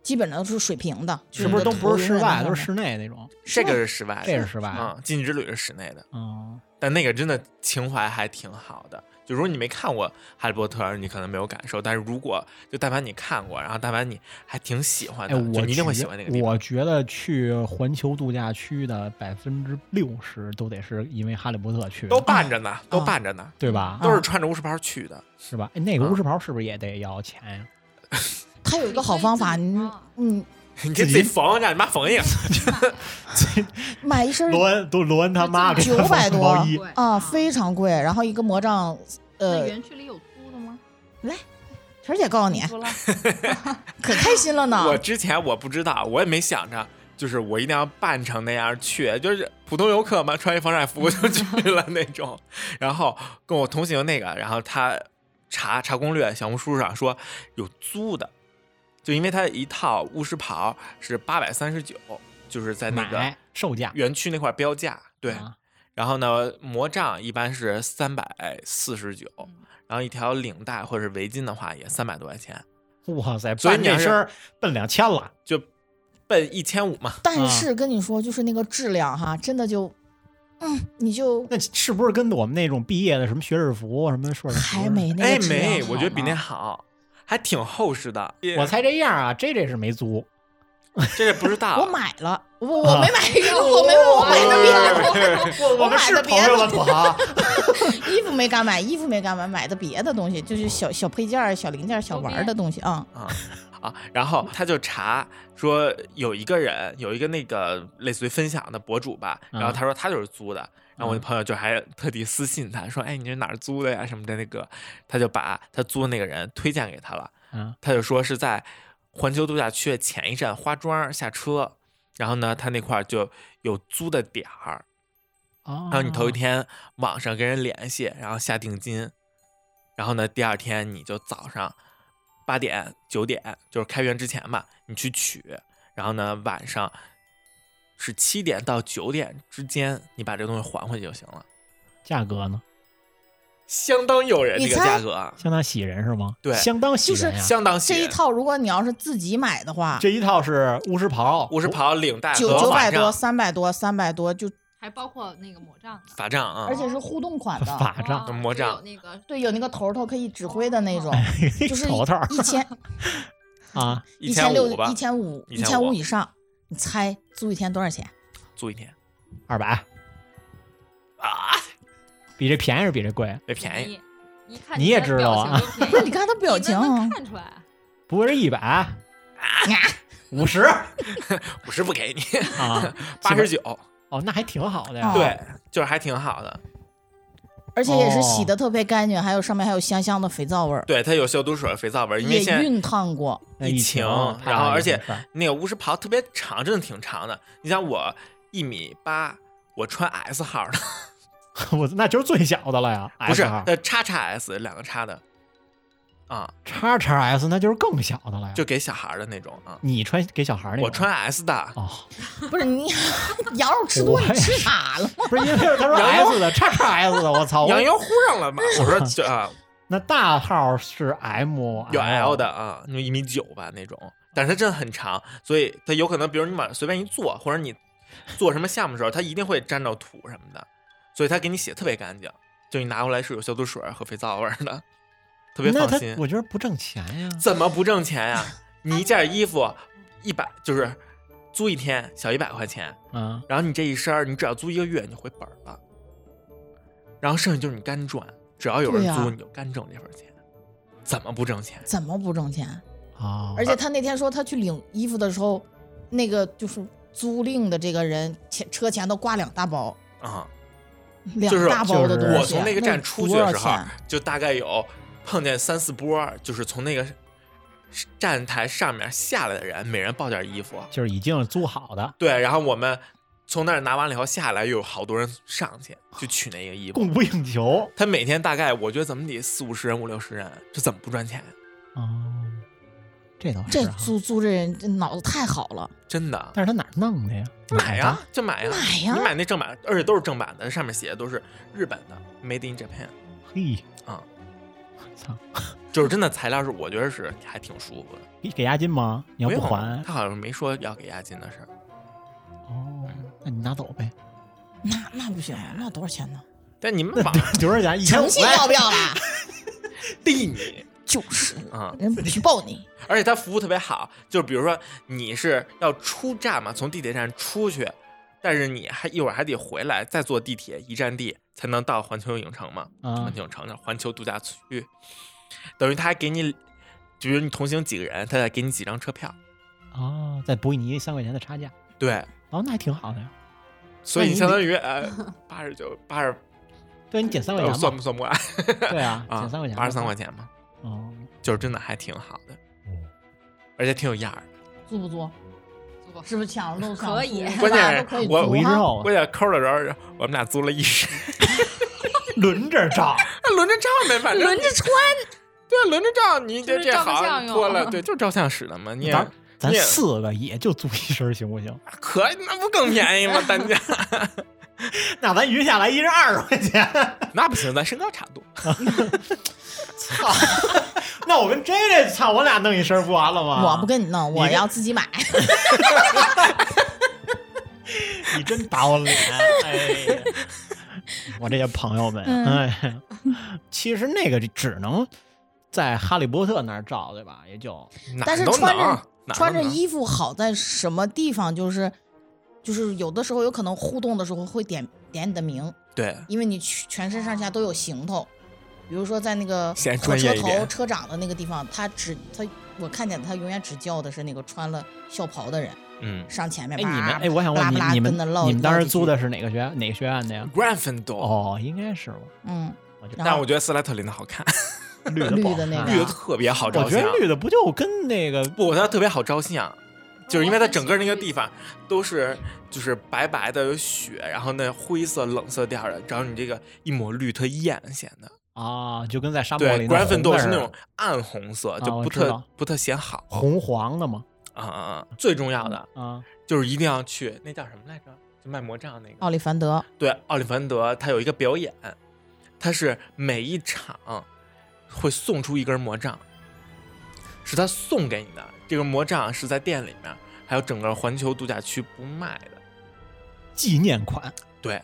Speaker 4: 基本上都是水平的。
Speaker 2: 是不是都不是室外，都是
Speaker 4: 室
Speaker 2: 室内那种？
Speaker 3: 这个是室外
Speaker 2: 这是
Speaker 3: 的，
Speaker 2: 室外的。
Speaker 3: 啊，禁忌之旅是室内的，
Speaker 2: 嗯，
Speaker 3: 但那个真的情怀还挺好的。就如果你没看过《哈利波特》，你可能没有感受，但是如果就但凡你看过，然后但凡你还挺喜欢
Speaker 2: 哎，
Speaker 3: 的，啊就
Speaker 2: 我
Speaker 3: 你一定会
Speaker 2: 觉
Speaker 3: 喜欢那个地方。
Speaker 2: 我觉得去环球度假区的百分之六十都得是因为《哈利波特》去的，
Speaker 3: 都办着
Speaker 2: 啊
Speaker 3: 呢，都办着呢，
Speaker 2: 对吧？
Speaker 3: 都是穿着巫师袍去的。
Speaker 2: 是吧？哎，那个
Speaker 3: 啊
Speaker 2: 巫师袍是不是也得要钱呀？
Speaker 4: 它有一个好方法，
Speaker 1: 你
Speaker 4: 你
Speaker 1: 可以自己
Speaker 4: 嗯，
Speaker 3: 你给自己缝，啊让你妈缝一个。
Speaker 4: 买一身
Speaker 2: 罗恩都罗恩他妈给他
Speaker 4: 900
Speaker 2: 缝
Speaker 4: 多
Speaker 2: 毛衣，
Speaker 1: 对
Speaker 4: 啊，非常贵，然后一个魔杖，
Speaker 1: 那
Speaker 4: 呃，
Speaker 1: 园区里有租的吗？
Speaker 4: 晨儿姐告诉你，
Speaker 1: 服了，
Speaker 4: 可开心了呢。
Speaker 3: 我之前我不知道，我也没想着，就是我一定要扮成那样去，就是普通游客嘛，穿一防晒服 就去了那种。然后跟我同行那个，然后他查查攻略，小红书上说有租的，就因为他一套巫师袍是八百三十九，就是在那个
Speaker 2: 买售价
Speaker 3: 园区那块标价，对。
Speaker 2: 啊
Speaker 3: 然后呢，魔杖一般是三百四十九，
Speaker 2: 嗯
Speaker 3: 然后一条领带或者是围巾的话也三百多块钱，
Speaker 2: 哇塞，
Speaker 3: 所以
Speaker 2: 办
Speaker 3: 你要
Speaker 2: 这
Speaker 3: 是
Speaker 2: 身儿奔两千了，
Speaker 3: 就奔一千五嘛。
Speaker 4: 但是跟你说，就是那个质量哈，真的就嗯你就
Speaker 2: 那是不是跟我们那种毕业的什么学士服、啊什么硕士服
Speaker 4: 还没那
Speaker 3: 哎
Speaker 4: 个质量
Speaker 3: 没，
Speaker 4: 好
Speaker 3: 我觉得比那
Speaker 4: 呢
Speaker 3: 好，还挺厚实的。
Speaker 2: 我猜这样啊，这这是没租，
Speaker 3: 这也不知道，
Speaker 4: 我买了，我我
Speaker 2: 啊哦
Speaker 4: 没买这个， 我没我买的别的。
Speaker 2: 我
Speaker 4: 我
Speaker 2: 们
Speaker 4: 买
Speaker 2: 是
Speaker 4: 的
Speaker 2: 朋
Speaker 4: 别
Speaker 2: 友了，
Speaker 4: 的
Speaker 2: 土豪。
Speaker 4: 衣服没敢买，衣服没敢买，买的别的东西，就是小小配件儿、小零件儿、小玩儿的东西啊。
Speaker 3: 啊啊！然后他就查说有一个人有一个那个类似于分享的博主吧，然后
Speaker 2: 嗯
Speaker 3: 他说他就是租的，然后
Speaker 2: 嗯
Speaker 3: 我那朋友就还特地私信他说：“哎，你这哪儿租的呀？什么的那个？”他就把他租的那个人推荐给他了，
Speaker 2: 嗯
Speaker 3: 他就说是在环球度假区的前一站花庄下车，然后呢，他那块儿就有租的点儿，
Speaker 2: 哦
Speaker 3: 然后你头一天网上跟人联系，然后下定金，然后呢，第二天你就早上八点九点，就是开园之前吧，你去取，然后呢，晚上是七点到九点之间，你把这个东西还回去就行了，
Speaker 2: 价格呢，
Speaker 3: 相当诱人
Speaker 4: 你
Speaker 3: 这个
Speaker 4: 猜
Speaker 3: 价格啊，
Speaker 2: 相当喜人是吗？
Speaker 3: 对
Speaker 2: 相当喜
Speaker 4: 就是
Speaker 2: 人呀。
Speaker 3: 相当
Speaker 4: 这
Speaker 3: 吸
Speaker 4: 一
Speaker 3: 引。
Speaker 4: 套，如果你要是自己买的话，
Speaker 2: 这一套是巫师袍，
Speaker 3: 五十袍领带
Speaker 4: 九
Speaker 3: 和
Speaker 4: 九
Speaker 3: 法
Speaker 4: 百多、
Speaker 3: 杖，
Speaker 4: 三百多、三百多，就
Speaker 1: 还包括那个魔杖的，
Speaker 3: 法杖啊
Speaker 4: 而，且是互动款的，
Speaker 2: 哦法 杖，
Speaker 1: 哇
Speaker 3: 魔
Speaker 1: 就有
Speaker 3: 杖
Speaker 1: 那个哦
Speaker 4: 对，有那个头头可以指挥的那种，就是
Speaker 2: 头头
Speaker 4: 一千
Speaker 2: 啊，
Speaker 4: 一
Speaker 3: 千
Speaker 4: 千六
Speaker 3: 五、吧
Speaker 4: 一，千五、
Speaker 3: 一
Speaker 4: 一
Speaker 3: 千五
Speaker 4: 千五以上，你猜租一天多少钱？
Speaker 3: 租一天
Speaker 2: 二百，
Speaker 3: 啊，
Speaker 2: 比这便宜是比这贵？
Speaker 3: 别便宜。
Speaker 1: 宜，一看
Speaker 2: 你也知道啊
Speaker 4: 那你看他表
Speaker 1: 表
Speaker 4: 情啊
Speaker 1: 情就便宜，你们能看出来，
Speaker 2: 不会是一百？五十
Speaker 3: 五十不给 你，
Speaker 2: 啊，
Speaker 3: 八十九，
Speaker 2: 哦，那还挺好的呀。
Speaker 4: 哦
Speaker 3: 对，就是还挺好的。
Speaker 4: 而且也是
Speaker 2: 哦
Speaker 4: 洗的特别干净，还有上面还有香香的肥皂味儿，
Speaker 3: 对，它有消毒水、肥皂味儿，因为
Speaker 4: 也
Speaker 3: 现在
Speaker 4: 熨烫过。
Speaker 2: 那
Speaker 3: 疫
Speaker 2: 疫
Speaker 3: 情
Speaker 2: 怕
Speaker 3: 然后而
Speaker 2: 也
Speaker 3: 且
Speaker 2: 没事儿
Speaker 3: 那个巫师袍特别长，真的挺长的。你想我一米八，我穿 S 号 的，
Speaker 2: 我那就是最小的了呀，
Speaker 3: 不是
Speaker 2: S 号
Speaker 3: 呃叉叉 S 两个叉的啊，
Speaker 2: 叉叉 S 那就是更小的了呀。
Speaker 3: 就给小孩儿的那种啊。
Speaker 2: 你穿给小孩儿那种，
Speaker 3: 我穿 S 的，
Speaker 2: 哦，
Speaker 4: 不是 你羊肉吃多，
Speaker 2: 我
Speaker 4: 你
Speaker 2: 也
Speaker 4: 吃啥了？
Speaker 2: 不是因为他说
Speaker 3: 羊肉
Speaker 2: S 的叉叉 S 的，我操！我
Speaker 3: 羊油糊上了嘛？
Speaker 2: 哦
Speaker 3: 我说这 啊，
Speaker 2: 那大号是 M
Speaker 3: 有
Speaker 2: 哎
Speaker 3: L 的啊，就一米九吧那种，但是它真的很长，所以它有可能，比如你往随便一坐，或者你做什么项目的时候，它一定会沾到土什么的，所以它给你洗得特别干净，就你拿过来是有消毒水和肥皂味儿的，特别
Speaker 2: 那
Speaker 3: 放
Speaker 2: 他
Speaker 3: 心。
Speaker 2: 我觉得不挣钱呀。
Speaker 3: 怎么不挣钱呀、 你一件衣服一百就是租一天小一百块钱，
Speaker 2: 嗯，
Speaker 3: 然后你这一身儿你只要租一个月你就回本儿了，然后剩下就是你干赚，只要有人
Speaker 4: 对呀
Speaker 3: 租你就干挣这份钱，怎么不挣钱？
Speaker 4: 怎么不挣钱？啊
Speaker 2: 哦，
Speaker 4: 而且他那天说他去领衣服的时候，那个就是租赁的这个人前车前头挂两大包，
Speaker 3: 啊、
Speaker 4: 两
Speaker 3: 就是
Speaker 4: 大包的
Speaker 2: 就
Speaker 4: 东
Speaker 2: 是
Speaker 4: 西。
Speaker 3: 我从那个站出去的时候啊
Speaker 4: 多啊少钱，
Speaker 3: 就大概有碰见三四波，就是从那个站台上面下来的人，每人抱件衣服。
Speaker 2: 就是已经租好的，
Speaker 3: 对，然后我们从那儿拿完了以后下来，又有好多人上去就取那个衣服。
Speaker 2: 供不应求。
Speaker 3: 他每天大概我觉得怎么得四五十人、五六十人，这怎么不赚钱？
Speaker 2: 哦，这倒是
Speaker 4: 这
Speaker 2: 啊。
Speaker 4: 租租这人这脑子太好了，
Speaker 3: 真的
Speaker 2: 但是他哪儿弄的呀？
Speaker 3: 买
Speaker 2: 的
Speaker 3: 呀，就买呀，啊
Speaker 4: 买
Speaker 2: 啊
Speaker 4: 呀
Speaker 3: 你买那正版，而且都是正版的，上面写的都是日本的，Made in Japan，
Speaker 2: 嘿，
Speaker 3: 啊，
Speaker 2: 操，
Speaker 3: 就是真的材料是我觉得是还挺舒服的。
Speaker 2: 给给押金吗？你要
Speaker 3: 没
Speaker 2: 不
Speaker 3: 有
Speaker 2: 还，
Speaker 3: 他好像没说要给押金的事 儿。
Speaker 2: 哦，那你拿走呗。
Speaker 4: 那那不行啊，那多少钱呢？
Speaker 3: 但 你们网
Speaker 2: 九十钱一千五
Speaker 4: 诚，
Speaker 3: 啊
Speaker 4: 信要不要啦？
Speaker 3: 递你
Speaker 4: 就是，
Speaker 3: 啊、
Speaker 4: 人不举报你，
Speaker 3: 而且它服务特别好，就比如说你是要出站嘛，从地铁站出去，但是你还一会儿还得回来，再坐地铁一站地才能到环球影城嘛，
Speaker 2: 啊
Speaker 3: 环球影城那环球度假区，等于他还给你，比如你同行几个人，他再给你几张车票，
Speaker 2: 哦，再补你三块钱的差价，
Speaker 3: 对，
Speaker 2: 哦，那还挺好的呀。
Speaker 3: 所以
Speaker 2: 那你
Speaker 3: 相当 于呃八十九八十，
Speaker 2: 对你减三块
Speaker 3: 呃
Speaker 2: 钱
Speaker 3: 算
Speaker 2: 吧，
Speaker 3: 不算不来
Speaker 2: 对啊，
Speaker 3: 啊
Speaker 2: 减三块？钱，
Speaker 3: 八十三块。钱嘛，
Speaker 2: 哦，
Speaker 3: 就是真的还挺好的，而且挺有样儿的。
Speaker 4: 租不租？
Speaker 1: 租吧
Speaker 4: 是不是抢着都想
Speaker 1: 可以
Speaker 4: 租
Speaker 3: 关键
Speaker 4: 大家
Speaker 3: 是
Speaker 4: 都可以啊
Speaker 3: 我
Speaker 4: 租
Speaker 2: 五一之
Speaker 4: 哈
Speaker 2: 后
Speaker 3: 哦我在抠的时候，我们俩租了一身，
Speaker 2: 轮着 照，
Speaker 3: 轮着照呗，反正
Speaker 1: 轮着穿，
Speaker 3: 对，啊轮着照，你
Speaker 1: 就
Speaker 3: 这
Speaker 1: 是
Speaker 3: 这
Speaker 1: 照个
Speaker 3: 好
Speaker 1: 相用
Speaker 3: 脱了，对，就是照相使的嘛。你也
Speaker 2: 咱咱
Speaker 3: 你也
Speaker 2: 四个也就租一身儿行不行？
Speaker 3: 可以，那不更便宜吗？单价
Speaker 2: 那咱匀下来一人二十块钱，
Speaker 3: 那不行，咱身高差不多。
Speaker 2: 操！ 那我跟 J J 操，我俩弄一身儿不完了吗？
Speaker 4: 我不，跟你弄，我
Speaker 2: 你跟
Speaker 4: 要自己买。
Speaker 2: 你真打我脸！哎呀，我这些朋友们，
Speaker 4: 嗯
Speaker 2: 哎，其实那个只能在哈利波特那儿照，对吧？也就
Speaker 3: 哪
Speaker 4: 但
Speaker 3: 儿
Speaker 4: 是
Speaker 3: 都
Speaker 4: 穿
Speaker 3: 能儿
Speaker 4: 着
Speaker 3: 哪儿
Speaker 4: 穿
Speaker 3: 都
Speaker 4: 着
Speaker 3: 能儿
Speaker 4: 衣服好在什么地方？就是就是有的时候有可能互动的时候会点点你的名，
Speaker 3: 对，
Speaker 4: 因为你全全身上下都有行头。比如说在那个
Speaker 3: 显得
Speaker 4: 火
Speaker 3: 专
Speaker 4: 车
Speaker 3: 业一
Speaker 4: 头
Speaker 3: 点
Speaker 4: 车长的那个地方，他只他我看见他永远只叫的是那个穿了校袍的人
Speaker 3: 嗯
Speaker 4: 上前面。
Speaker 2: 哎，你
Speaker 4: 叭
Speaker 2: 们哎，我想问
Speaker 4: 巴拉
Speaker 2: 你
Speaker 4: 巴拉
Speaker 2: 你们
Speaker 4: 跟着唠
Speaker 2: 你们当
Speaker 4: 唠
Speaker 2: 时
Speaker 4: 几
Speaker 2: 租
Speaker 4: 句
Speaker 2: 的是哪个学哪个学院的呀？
Speaker 3: ，Gryffindor，、
Speaker 2: 哦，应该是吧，
Speaker 4: 嗯，
Speaker 2: 我觉得
Speaker 4: 然
Speaker 3: 但
Speaker 4: 后
Speaker 3: 我觉得斯莱特林的 好看，
Speaker 2: 绿的
Speaker 4: 绿
Speaker 2: 不好
Speaker 4: 的那
Speaker 2: 看
Speaker 4: 个
Speaker 3: 绿的特别好啊
Speaker 2: 我
Speaker 3: 照
Speaker 2: 觉
Speaker 3: 相
Speaker 2: 得。绿的不就跟那个
Speaker 3: 不，它特别好照相，就是因为它整个那个地方都是就是白白的有雪，然后那灰色冷色调的，然后你这个一抹绿特艳显得。
Speaker 2: 啊，就跟在沙漠
Speaker 3: 对
Speaker 2: 里那红的
Speaker 3: ，Gryffindor 是
Speaker 2: 似
Speaker 3: 那
Speaker 2: 的
Speaker 3: 种暗红色，
Speaker 2: 啊
Speaker 3: 就
Speaker 2: 我
Speaker 3: 不
Speaker 2: 知
Speaker 3: 特
Speaker 2: 道
Speaker 3: 不特显好。
Speaker 2: 红黄的嘛，
Speaker 3: 啊啊啊！最重要的
Speaker 2: 啊，
Speaker 3: 就是一定要去那叫什么来着？就卖魔杖那个。
Speaker 4: 奥利凡德，
Speaker 3: 对，奥利凡德他有一个表演，他是每一场会送出一根魔杖，是他送给你的。这个魔杖是在店里面，还有整个环球度假区不卖的，
Speaker 2: 纪念款
Speaker 3: 对，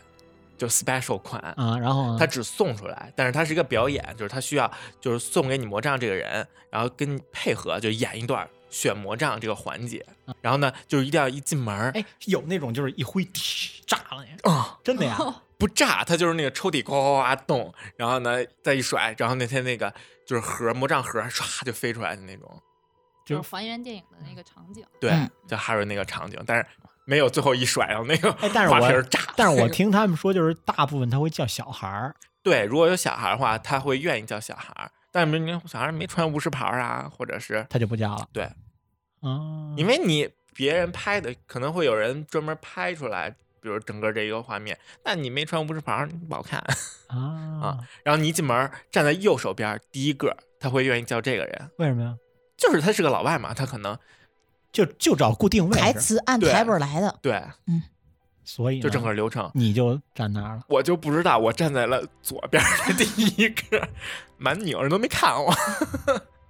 Speaker 3: 就 special 款。
Speaker 2: 啊，然后呢
Speaker 3: 他只送出来，但是它是一个表演，就是他需要就是送给你魔杖这个人，然后跟你配合就演一段选魔杖这个环节，然后呢就是一定要一进门，
Speaker 2: 哎，有那种就是一挥 提炸了那种，
Speaker 3: 啊、
Speaker 2: 真的呀？
Speaker 3: 不炸，它就是那个抽屉呱呱呱动，然后呢再一甩，然后那天那个就是盒魔杖盒唰就飞出来的那种，
Speaker 1: 就
Speaker 2: 就是
Speaker 1: 还原电影的那个场景。
Speaker 3: 对，
Speaker 4: 嗯
Speaker 3: 就哈瑞那个场景，但是没有最后一甩，然后那个
Speaker 2: 哎，但是
Speaker 3: 花瓶
Speaker 2: 我
Speaker 3: 炸。
Speaker 2: 但是我听他们说，就是大部分他会叫小孩儿，
Speaker 3: 对，如果有小孩的话，他会愿意叫小孩，但是没小孩没穿巫师袍啊，或者是
Speaker 2: 他就不叫了。
Speaker 3: 对
Speaker 2: 啊，
Speaker 3: 因为你别人拍的，可能会有人专门拍出来，比如整个这一个画面，那你没穿巫师袍你不好看。
Speaker 2: 啊，
Speaker 3: 然后你一进门，站在右手边第一个，他会愿意叫这个人，
Speaker 2: 为什么呀？
Speaker 3: 就是他是个老外嘛，他可能
Speaker 2: 就就找固定位
Speaker 4: 台
Speaker 2: 置，
Speaker 4: 词按
Speaker 3: 对
Speaker 4: 台本来的，
Speaker 3: 对，
Speaker 2: 所以呢
Speaker 3: 就整个流程。
Speaker 2: 你就站那儿了。
Speaker 3: 我就不知道，我站在了左边的 第一个，满扭人都没看我，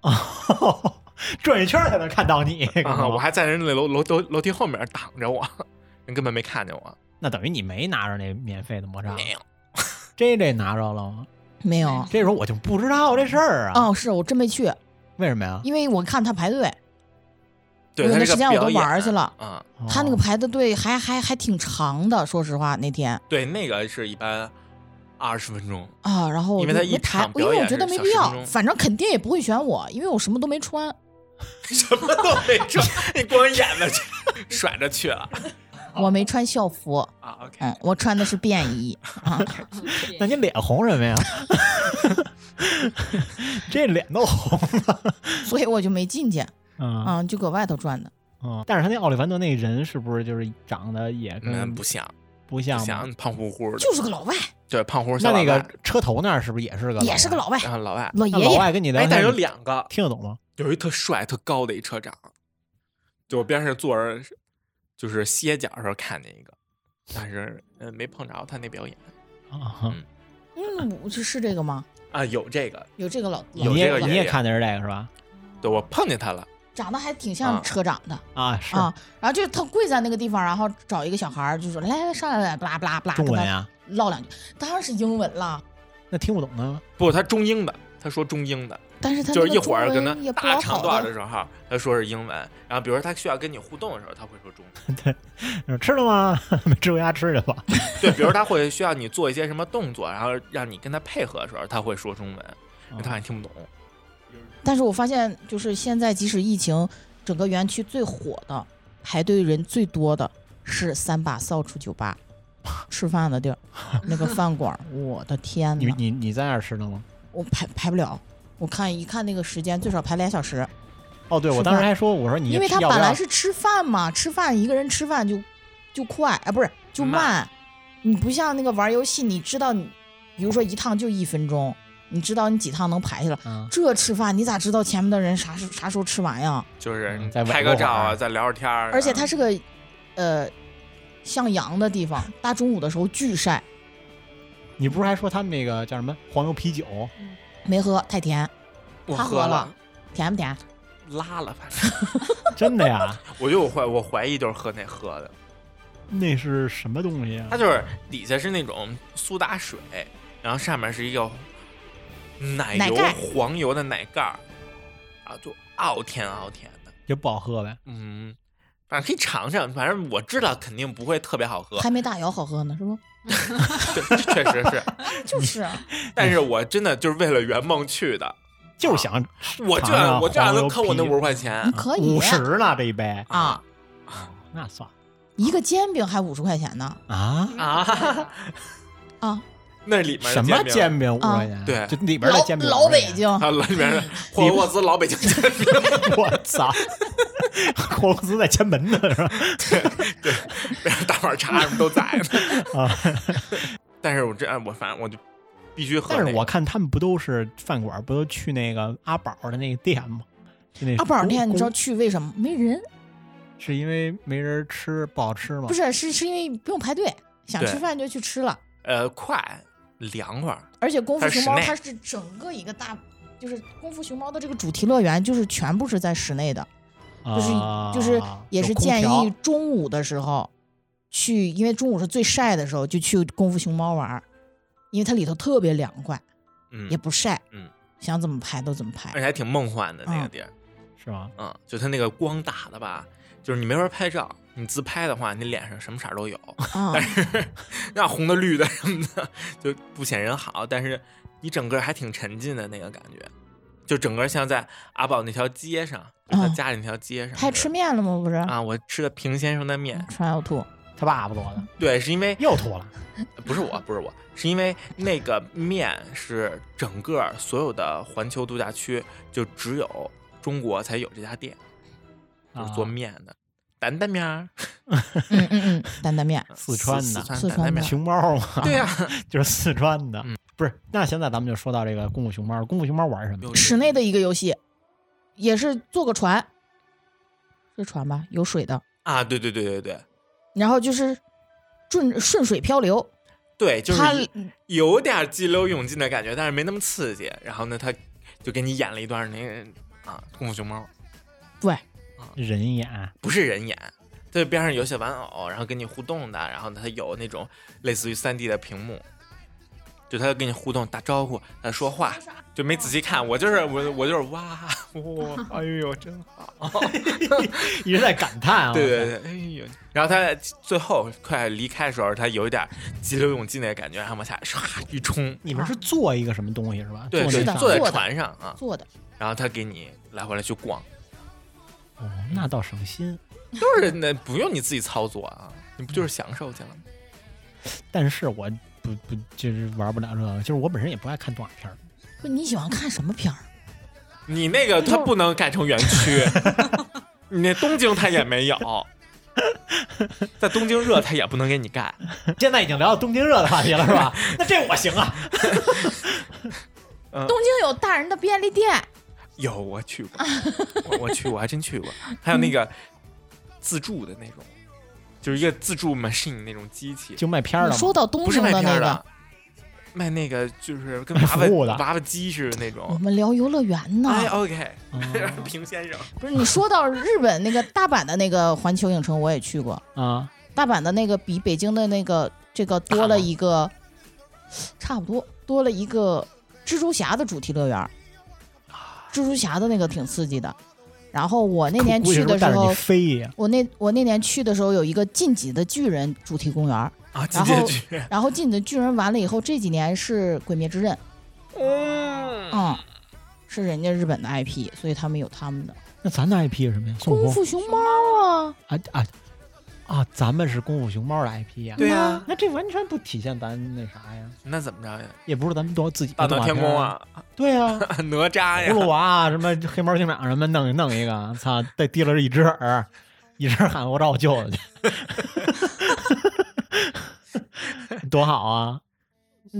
Speaker 2: 哦，转一圈儿才能看到你，
Speaker 3: 啊、我还在人那楼楼楼楼梯后面挡着我，人根本没看见我。
Speaker 2: 那等于你没拿着那免费的魔杖，
Speaker 3: 没有，
Speaker 2: 这这拿着了吗？
Speaker 4: 没有。
Speaker 2: 这时候我就不知道这事儿啊，
Speaker 4: 哦，是我真没去，
Speaker 2: 为什么呀？
Speaker 4: 因为我看他排队，
Speaker 3: 对，
Speaker 4: 有
Speaker 3: 他
Speaker 4: 的
Speaker 3: 这个
Speaker 4: 时间我都
Speaker 3: 表演
Speaker 4: 玩儿去了
Speaker 3: 啊、
Speaker 4: 他那个
Speaker 2: 哦
Speaker 4: 排的队还还还挺长的，说实话那天
Speaker 3: 对，那个是一般二十分钟。
Speaker 4: 啊，然后我
Speaker 3: 因为
Speaker 4: 就
Speaker 3: 他一
Speaker 4: 没排
Speaker 3: 场，
Speaker 4: 因
Speaker 3: 表
Speaker 4: 为我
Speaker 3: 演
Speaker 4: 觉得
Speaker 3: 是
Speaker 4: 没
Speaker 3: 小
Speaker 4: 必
Speaker 3: 10分
Speaker 4: 要，
Speaker 3: 钟
Speaker 4: 反正肯定也不会选我，因为我什么都没穿。
Speaker 3: 什么都没穿，你光演着去， 甩着去了
Speaker 2: 哦
Speaker 4: 我没穿校服，
Speaker 3: 啊。OK，
Speaker 4: 嗯，我穿的是便 衣。啊，
Speaker 2: 嗯 那你脸红什么 呀？这脸都红了。
Speaker 4: 所以我就没进去，
Speaker 2: 嗯
Speaker 4: 嗯，就搁外头转的。
Speaker 2: 嗯，但是他那奥利凡德那人是不是就是长得也
Speaker 3: 嗯，
Speaker 2: 跟
Speaker 3: 不像，
Speaker 2: 不
Speaker 3: 不
Speaker 2: 像吗？
Speaker 3: 像胖乎乎的，
Speaker 4: 就是个老外，
Speaker 3: 对胖乎
Speaker 2: 那
Speaker 3: 小老
Speaker 2: 那
Speaker 3: 外
Speaker 2: 个车头那儿是不是也是个
Speaker 4: 也是个
Speaker 2: 老
Speaker 4: 老外，
Speaker 3: 然后老外，
Speaker 2: 外
Speaker 4: 老
Speaker 2: 那
Speaker 4: 爷
Speaker 2: 老
Speaker 4: 爷。
Speaker 2: 外跟你聊
Speaker 3: 哎，
Speaker 2: 天，
Speaker 3: 但是有两个，
Speaker 2: 听得懂吗？
Speaker 3: 有一特帅特高的一车长，就我边上坐着，就是歇脚的时候看见一个，但是呃没碰着他那表演
Speaker 2: 啊，
Speaker 4: 嗯，我是是这个吗？
Speaker 3: 啊，有这个，
Speaker 4: 有这个老老
Speaker 2: 你
Speaker 3: 有这
Speaker 2: 也
Speaker 3: 个
Speaker 2: 你
Speaker 3: 也
Speaker 2: 也
Speaker 3: 有
Speaker 2: 看的是这个是吧？
Speaker 3: 对我碰见他了，
Speaker 4: 长得还挺
Speaker 3: 啊
Speaker 4: 像车长的
Speaker 2: 啊，是
Speaker 4: 啊。然后就是他跪在那个地方，然后找一个小孩儿，就说来来上来来，不啦不啦不啦，
Speaker 2: 中
Speaker 4: 跟
Speaker 2: 文
Speaker 4: 他
Speaker 2: 呀，
Speaker 4: 唠两句。当然是英文啦，
Speaker 2: 那听不懂呢。
Speaker 3: 不，他中英的，他说中英的，
Speaker 4: 但是他
Speaker 3: 就是
Speaker 4: 那
Speaker 3: 一
Speaker 4: 个
Speaker 3: 会儿
Speaker 4: 中
Speaker 3: 跟
Speaker 4: 文
Speaker 3: 他
Speaker 4: 也不
Speaker 3: 大
Speaker 4: 老
Speaker 3: 长
Speaker 4: 好
Speaker 3: 段
Speaker 4: 的
Speaker 3: 的时候，他说是英文，然后比如说他需要跟你互动的时候，他会说中文。
Speaker 2: 嗯吃了吗？ 没吃回家吃去吧。
Speaker 3: 对，比如他会需要你做一些什么动作，然后让你跟他配合的时候，他会说中
Speaker 4: 嗯
Speaker 3: 文，因为
Speaker 2: 啊
Speaker 3: 他好像听不懂。
Speaker 4: 但是我发现，就是现在即使疫情，整个园区最火的、排队人最多的是三把扫帚酒吧，吃饭的地儿，那个饭馆儿，我的天
Speaker 2: 你
Speaker 4: 呐，
Speaker 2: 你你在那儿吃的吗？
Speaker 4: 我排排不了。我看一看那个时间，最少排俩小时，
Speaker 2: 哦，对，
Speaker 4: 是
Speaker 2: 我
Speaker 4: 吧
Speaker 2: 当时还说，我说你
Speaker 4: 因为他
Speaker 2: 要不
Speaker 4: 本来
Speaker 2: 要
Speaker 4: 是吃饭嘛，吃饭一个人吃饭就就快，哎，不是就
Speaker 3: 慢
Speaker 4: 慢，你不像那个玩游戏，你知道你，比如说一趟就一分钟，你知道你几趟能排下来。
Speaker 2: 嗯
Speaker 4: 这吃饭你咋知道前面的人啥时啥时候吃完呀？
Speaker 3: 就是
Speaker 2: 嗯再
Speaker 3: 拍
Speaker 2: 玩
Speaker 3: 个
Speaker 2: 一会
Speaker 3: 照
Speaker 2: 儿
Speaker 3: 啊，再聊聊天儿。
Speaker 4: 而且它是个，呃，向阳的地方，大中午的时候巨晒，
Speaker 2: 你不是还说他们那个叫什么黄油啤酒？
Speaker 4: 没喝太甜，
Speaker 3: 我
Speaker 4: 他喝
Speaker 3: 喝
Speaker 4: 了，甜不甜？
Speaker 3: 拉了，反正
Speaker 2: 真的呀？
Speaker 3: 我觉得我怀我怀疑就是喝那喝的，
Speaker 2: 那是什么东西啊？
Speaker 3: 它就是底下是那种苏打水，然后上面是一个奶油
Speaker 4: 奶盖
Speaker 3: 黄油的奶盖儿，啊，就傲甜傲甜的，
Speaker 2: 也不好喝呗。
Speaker 3: 嗯，反正可以尝尝，反正我知道肯定不会特别好喝，
Speaker 4: 还没大姚好喝呢，是不？
Speaker 3: 对， 确实是，
Speaker 4: 就是啊，
Speaker 3: 但是我真的就是为了圆梦去的，
Speaker 2: 就是想
Speaker 3: 我就
Speaker 2: 尝
Speaker 3: 让
Speaker 2: 尝
Speaker 3: 我就
Speaker 2: 黄
Speaker 3: 让他
Speaker 2: 啊油
Speaker 3: 坑我那
Speaker 2: 啤
Speaker 3: 五十块钱
Speaker 4: 你，可以
Speaker 2: 五十呢这一杯，
Speaker 4: 啊，
Speaker 2: 那算了
Speaker 4: 一个煎饼还五十块钱呢
Speaker 2: 啊。
Speaker 3: 啊，
Speaker 4: 啊！
Speaker 3: 那里面的
Speaker 2: 什么
Speaker 3: 饼
Speaker 2: 煎饼五十
Speaker 4: 啊
Speaker 2: 块钱？
Speaker 3: 对
Speaker 2: 就里边的
Speaker 4: 老
Speaker 2: 煎饼。
Speaker 4: 老北，京，
Speaker 3: 啊，里面的霍格沃兹老北京煎饼，
Speaker 2: 我 操！火公司在前门呢，是吧？
Speaker 3: 大碗茶什么都在呢
Speaker 2: 啊。
Speaker 3: 但是我这哎我反正我就必须喝那
Speaker 2: 但
Speaker 3: 个、
Speaker 2: 是我看他们不都是饭馆，不都去那个阿宝的那个店吗？就那
Speaker 4: 阿宝
Speaker 2: 公
Speaker 4: 店你知道
Speaker 2: 公
Speaker 4: 去为什么没人？
Speaker 2: 是因为没人吃不好吃吗？
Speaker 4: 不是，是是因为不用排队，想
Speaker 3: 对
Speaker 4: 吃饭就去吃了。
Speaker 3: 呃快凉快儿，
Speaker 4: 而且功夫
Speaker 3: 它是
Speaker 4: 熊猫
Speaker 3: 室内
Speaker 4: 它是整个一个大，就是功夫熊猫的这个主题乐园，就是全部是在室内的，就是
Speaker 2: 啊
Speaker 4: 就是也是
Speaker 2: 有空
Speaker 4: 建
Speaker 2: 调
Speaker 4: 议中午的时候去，因为中午是最晒的时候，就去功夫熊猫玩儿，因为它里头特别凉快，
Speaker 3: 嗯
Speaker 4: 也，不晒，
Speaker 3: 嗯，哎
Speaker 4: 想怎么排都怎么排
Speaker 3: 而且。还挺梦幻的那个
Speaker 4: 嗯
Speaker 3: 地儿，
Speaker 2: 是吗？
Speaker 3: 嗯，就它那个光打的吧，就是你没法拍照，你自拍的话，你脸上什么色儿都有，
Speaker 4: 啊、
Speaker 3: 但 是那红的绿的什么的就不显人好，但是你整个还挺沉浸的那个感觉，就整个像在阿宝那条街上，就他
Speaker 4: 嗯
Speaker 3: 家里那条街上，
Speaker 4: 他还吃面了嗯吗？不是，
Speaker 3: 啊，我吃的平先生的面，
Speaker 4: 穿小兔
Speaker 2: 他爸爸做
Speaker 4: 嗯
Speaker 2: 的，
Speaker 3: 对，是因为
Speaker 2: 又吐了。
Speaker 3: 不是我，不是我，是因为那个面是整个所有的环球度假区就只有中国才有这家店，就是做
Speaker 2: 啊
Speaker 3: 面的担担面儿，
Speaker 4: 嗯嗯嗯，担担面，
Speaker 2: 四川
Speaker 3: 四
Speaker 2: 的
Speaker 3: 川
Speaker 4: 四
Speaker 3: 担担
Speaker 4: 川的
Speaker 3: 面儿，
Speaker 2: 熊猫嘛，
Speaker 3: 对啊呀、
Speaker 2: 就是四川的
Speaker 3: 嗯。
Speaker 2: 不是，那现在咱们就说到这个功夫熊猫，功夫熊猫玩什么？
Speaker 3: 有
Speaker 4: 室内的一个游戏，也是坐个船，是船吧，有水的，
Speaker 3: 啊，对对对对对
Speaker 4: 然后就是顺顺水漂流，嗯
Speaker 3: 对，就
Speaker 4: 它
Speaker 3: 是有点激流勇进的感觉，但是没那么刺激。然后呢，他就给你演了一段那个啊，功夫熊猫
Speaker 4: 对，
Speaker 2: 人眼
Speaker 3: 不是人演。对，边上有些玩偶，然后跟你互动的，然后呢，它有那种类似于三 D 的屏幕，就它跟你互动、打招呼、呃说话，就没仔细看。我就是我，我就是哇， 哇，哎呦，真好！
Speaker 2: 一直在感叹啊。
Speaker 3: 对对对，哎呦。然后他最后快离开的时候，他有一点急流勇进的感觉，然后往下唰一冲，
Speaker 2: 你们是做一个什么东西是吧？
Speaker 3: 对，
Speaker 2: 做那
Speaker 3: 对
Speaker 4: 是的
Speaker 2: 上
Speaker 3: 坐在
Speaker 4: 坐的
Speaker 3: 船上啊，
Speaker 4: 坐的，
Speaker 3: 然后他给你来回来去逛，
Speaker 2: 哦，那倒省心。
Speaker 3: 就是那不用你自己操作啊，你不就是享受去了吗？
Speaker 2: 但是我不不就是玩不了这个，就是我本身也不爱看动画片儿。
Speaker 4: 不，你喜欢看什么片儿？
Speaker 3: 你那个它不能改成园区，你那东京它也没有，在东京热它也不能给你盖。
Speaker 2: 现在已经聊到东京热的话题了是吧？ 那这我行啊。
Speaker 4: 东京有大人的便利店，
Speaker 3: 有我去过，我我去过，我还真去过。还有那个自助的那种，就是一个自助 machine 那种机器，
Speaker 2: 就卖片儿
Speaker 4: 你
Speaker 2: 了
Speaker 4: 说
Speaker 2: 吗？
Speaker 4: 到东
Speaker 3: 不是
Speaker 4: 京
Speaker 3: 卖
Speaker 4: 的
Speaker 3: 片
Speaker 4: 那
Speaker 3: 儿
Speaker 4: 个
Speaker 3: 的，，哦卖那个就是跟
Speaker 2: 卖
Speaker 3: 娃娃
Speaker 2: 服务的
Speaker 3: 娃娃机似的那
Speaker 4: 我
Speaker 3: 种。
Speaker 4: 们聊游乐园呢，
Speaker 3: 哎，OK，
Speaker 2: 嗯
Speaker 3: 平先生，
Speaker 4: 不是你说到日本那个大阪的那个环球影城，我也去过，
Speaker 2: 啊，
Speaker 4: 大阪的那个比北京的那个这个
Speaker 3: 大
Speaker 4: 多
Speaker 3: 吗
Speaker 4: 了一个，差不多多了一个蜘蛛侠的主题乐园儿。蜘蛛侠的那个挺刺激的。然后我 那年
Speaker 2: 估计
Speaker 4: 去
Speaker 2: 是不
Speaker 4: 的
Speaker 2: 是
Speaker 4: 时
Speaker 2: 带着
Speaker 4: 候
Speaker 2: 你，飞呀。
Speaker 4: 我那我那年去的时候有一个晋级的巨人主题公 园儿，
Speaker 3: 啊，进
Speaker 4: 然
Speaker 3: 阶
Speaker 4: 后
Speaker 2: 哎
Speaker 3: 剧，
Speaker 4: 然后晋级的巨人完了以后，这几年是鬼灭之刃，
Speaker 3: 嗯，
Speaker 4: 嗯，是人家日本的 IP，所以他们有他们的
Speaker 2: 那咱的 IP 是什么呀？孙悟
Speaker 4: 功
Speaker 2: 空
Speaker 4: 夫熊猫啊，
Speaker 2: 啊啊啊！咱们是功夫熊猫的 IP 呀。
Speaker 3: 对啊呀、
Speaker 2: 那这完全不体现咱那啥呀，
Speaker 3: 那怎么着呀？
Speaker 2: 也不是咱们多自己
Speaker 3: 大
Speaker 2: 的动
Speaker 3: 闹
Speaker 2: 画
Speaker 3: 天
Speaker 2: 片
Speaker 3: 宫啊，
Speaker 2: 对 呀、
Speaker 3: 哪吒呀，
Speaker 2: 葫芦娃啊，什么黑猫警长什么弄弄一个，操，再提了一只耳，一只喊我找我舅舅去， 多好啊！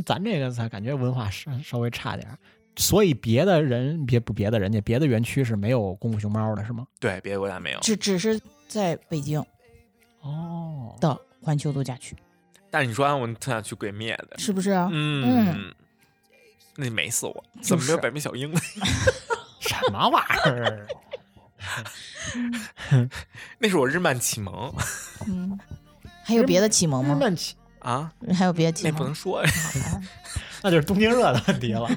Speaker 2: 咱这个才感觉文化稍稍微差点儿，所以别的人别不别的人家别的园区是没有功夫熊猫的，是吗？
Speaker 3: 对，别的国家没有，
Speaker 4: 只只是在北京
Speaker 2: 哦，
Speaker 4: 的环球度假区，
Speaker 3: 但是你说啊我特想去鬼灭的，
Speaker 4: 是不是啊？
Speaker 3: 嗯，那你美死我！怎么没有
Speaker 4: 就是
Speaker 3: 百变小樱呢？
Speaker 2: 什么玩意儿？
Speaker 3: 那是我日漫启蒙，
Speaker 4: 嗯，还有别 的启蒙
Speaker 2: 日
Speaker 4: 吗？嗯
Speaker 2: 漫起，
Speaker 3: 啊，
Speaker 4: 还有别的启
Speaker 3: 那不
Speaker 4: 蒙
Speaker 3: 能？说，
Speaker 2: 那就是东京热的问题 了。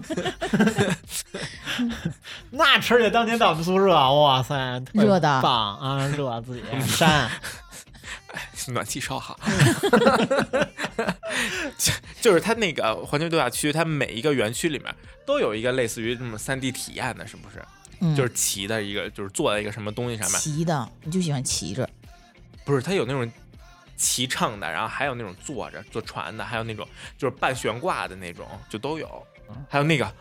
Speaker 2: 那吃去，当年在我们宿舍，啊哇塞，特别
Speaker 4: 热的
Speaker 2: 棒啊，热 自己扇，
Speaker 3: 暖气烧哈。
Speaker 4: 嗯
Speaker 3: 就就是它那个环球度假区，它每一个园区里面都有一个类似于这么三 D 体验的，是不是？
Speaker 4: 嗯，
Speaker 3: 就是骑的一个，就是坐在一个什么东西上面，
Speaker 4: 骑的，你就喜欢骑着，
Speaker 3: 不是，它有那种骑乘的，然后还有那种坐着坐船的，还有那种就是半悬挂的那种，就都有。
Speaker 4: 嗯
Speaker 3: 还有那个，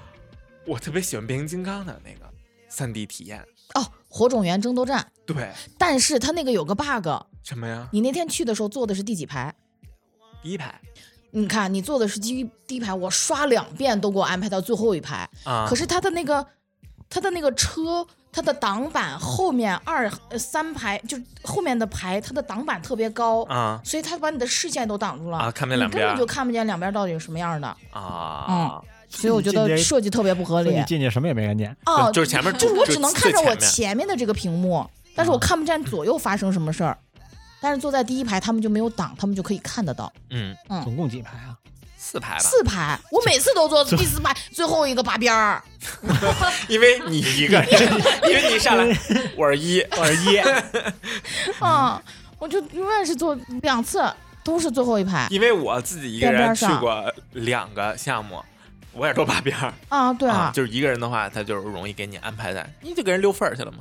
Speaker 3: 我特别喜欢变形金刚的那个三 D 体验，
Speaker 4: 哦，火种源争夺战，
Speaker 3: 对，
Speaker 4: 但是它那个有个 bug，
Speaker 3: 什么呀？
Speaker 4: 你那天去的时候坐的是第几排？
Speaker 3: 第一排
Speaker 4: 你看你坐的是第一第一排，我刷两遍都给我安排到最后一排，
Speaker 3: 啊，
Speaker 4: 可是它的那个它的那个车。它的挡板后面二呃三排，就后面的排，它的挡板特别高，
Speaker 3: 啊
Speaker 4: 所以它把你的视线都挡住了
Speaker 3: 啊看不见两
Speaker 4: 你根
Speaker 3: 边
Speaker 4: 本就看不见两边到底是什么样的，
Speaker 3: 啊，
Speaker 4: 所以我觉
Speaker 2: 你
Speaker 4: 得
Speaker 2: 进去
Speaker 4: 设计特别不合
Speaker 2: 所以
Speaker 4: 理
Speaker 2: 你。进去什么也没看见。
Speaker 4: 哦，
Speaker 3: 就是前面
Speaker 4: 就是我
Speaker 3: 就
Speaker 4: 只能
Speaker 3: 最
Speaker 4: 看着
Speaker 3: 前
Speaker 4: 我
Speaker 3: 面嗯
Speaker 4: 前面的这个屏幕，但是我看不见左右发生什么事儿。但是坐在第一排，他们就没有挡，他们就可以看得到。
Speaker 3: 嗯，
Speaker 2: 总共几排啊？
Speaker 3: 四排哎吧，
Speaker 4: 四排，我每次都坐第四排，最后一个拔边儿。
Speaker 3: 因为 你一个人， 因为你上来我是一，
Speaker 2: 二十一，
Speaker 3: 嗯
Speaker 4: 啊，我就永远是坐两次，都是最后一排。
Speaker 3: 因为我自己一个
Speaker 4: 边
Speaker 3: 人
Speaker 4: 边
Speaker 3: 去
Speaker 4: 上
Speaker 3: 过两个项目，我也都把边儿。
Speaker 4: 啊，对
Speaker 3: 啊， 就是一个人的话，他就是容易给你安排在，你就给人溜缝儿去了嘛，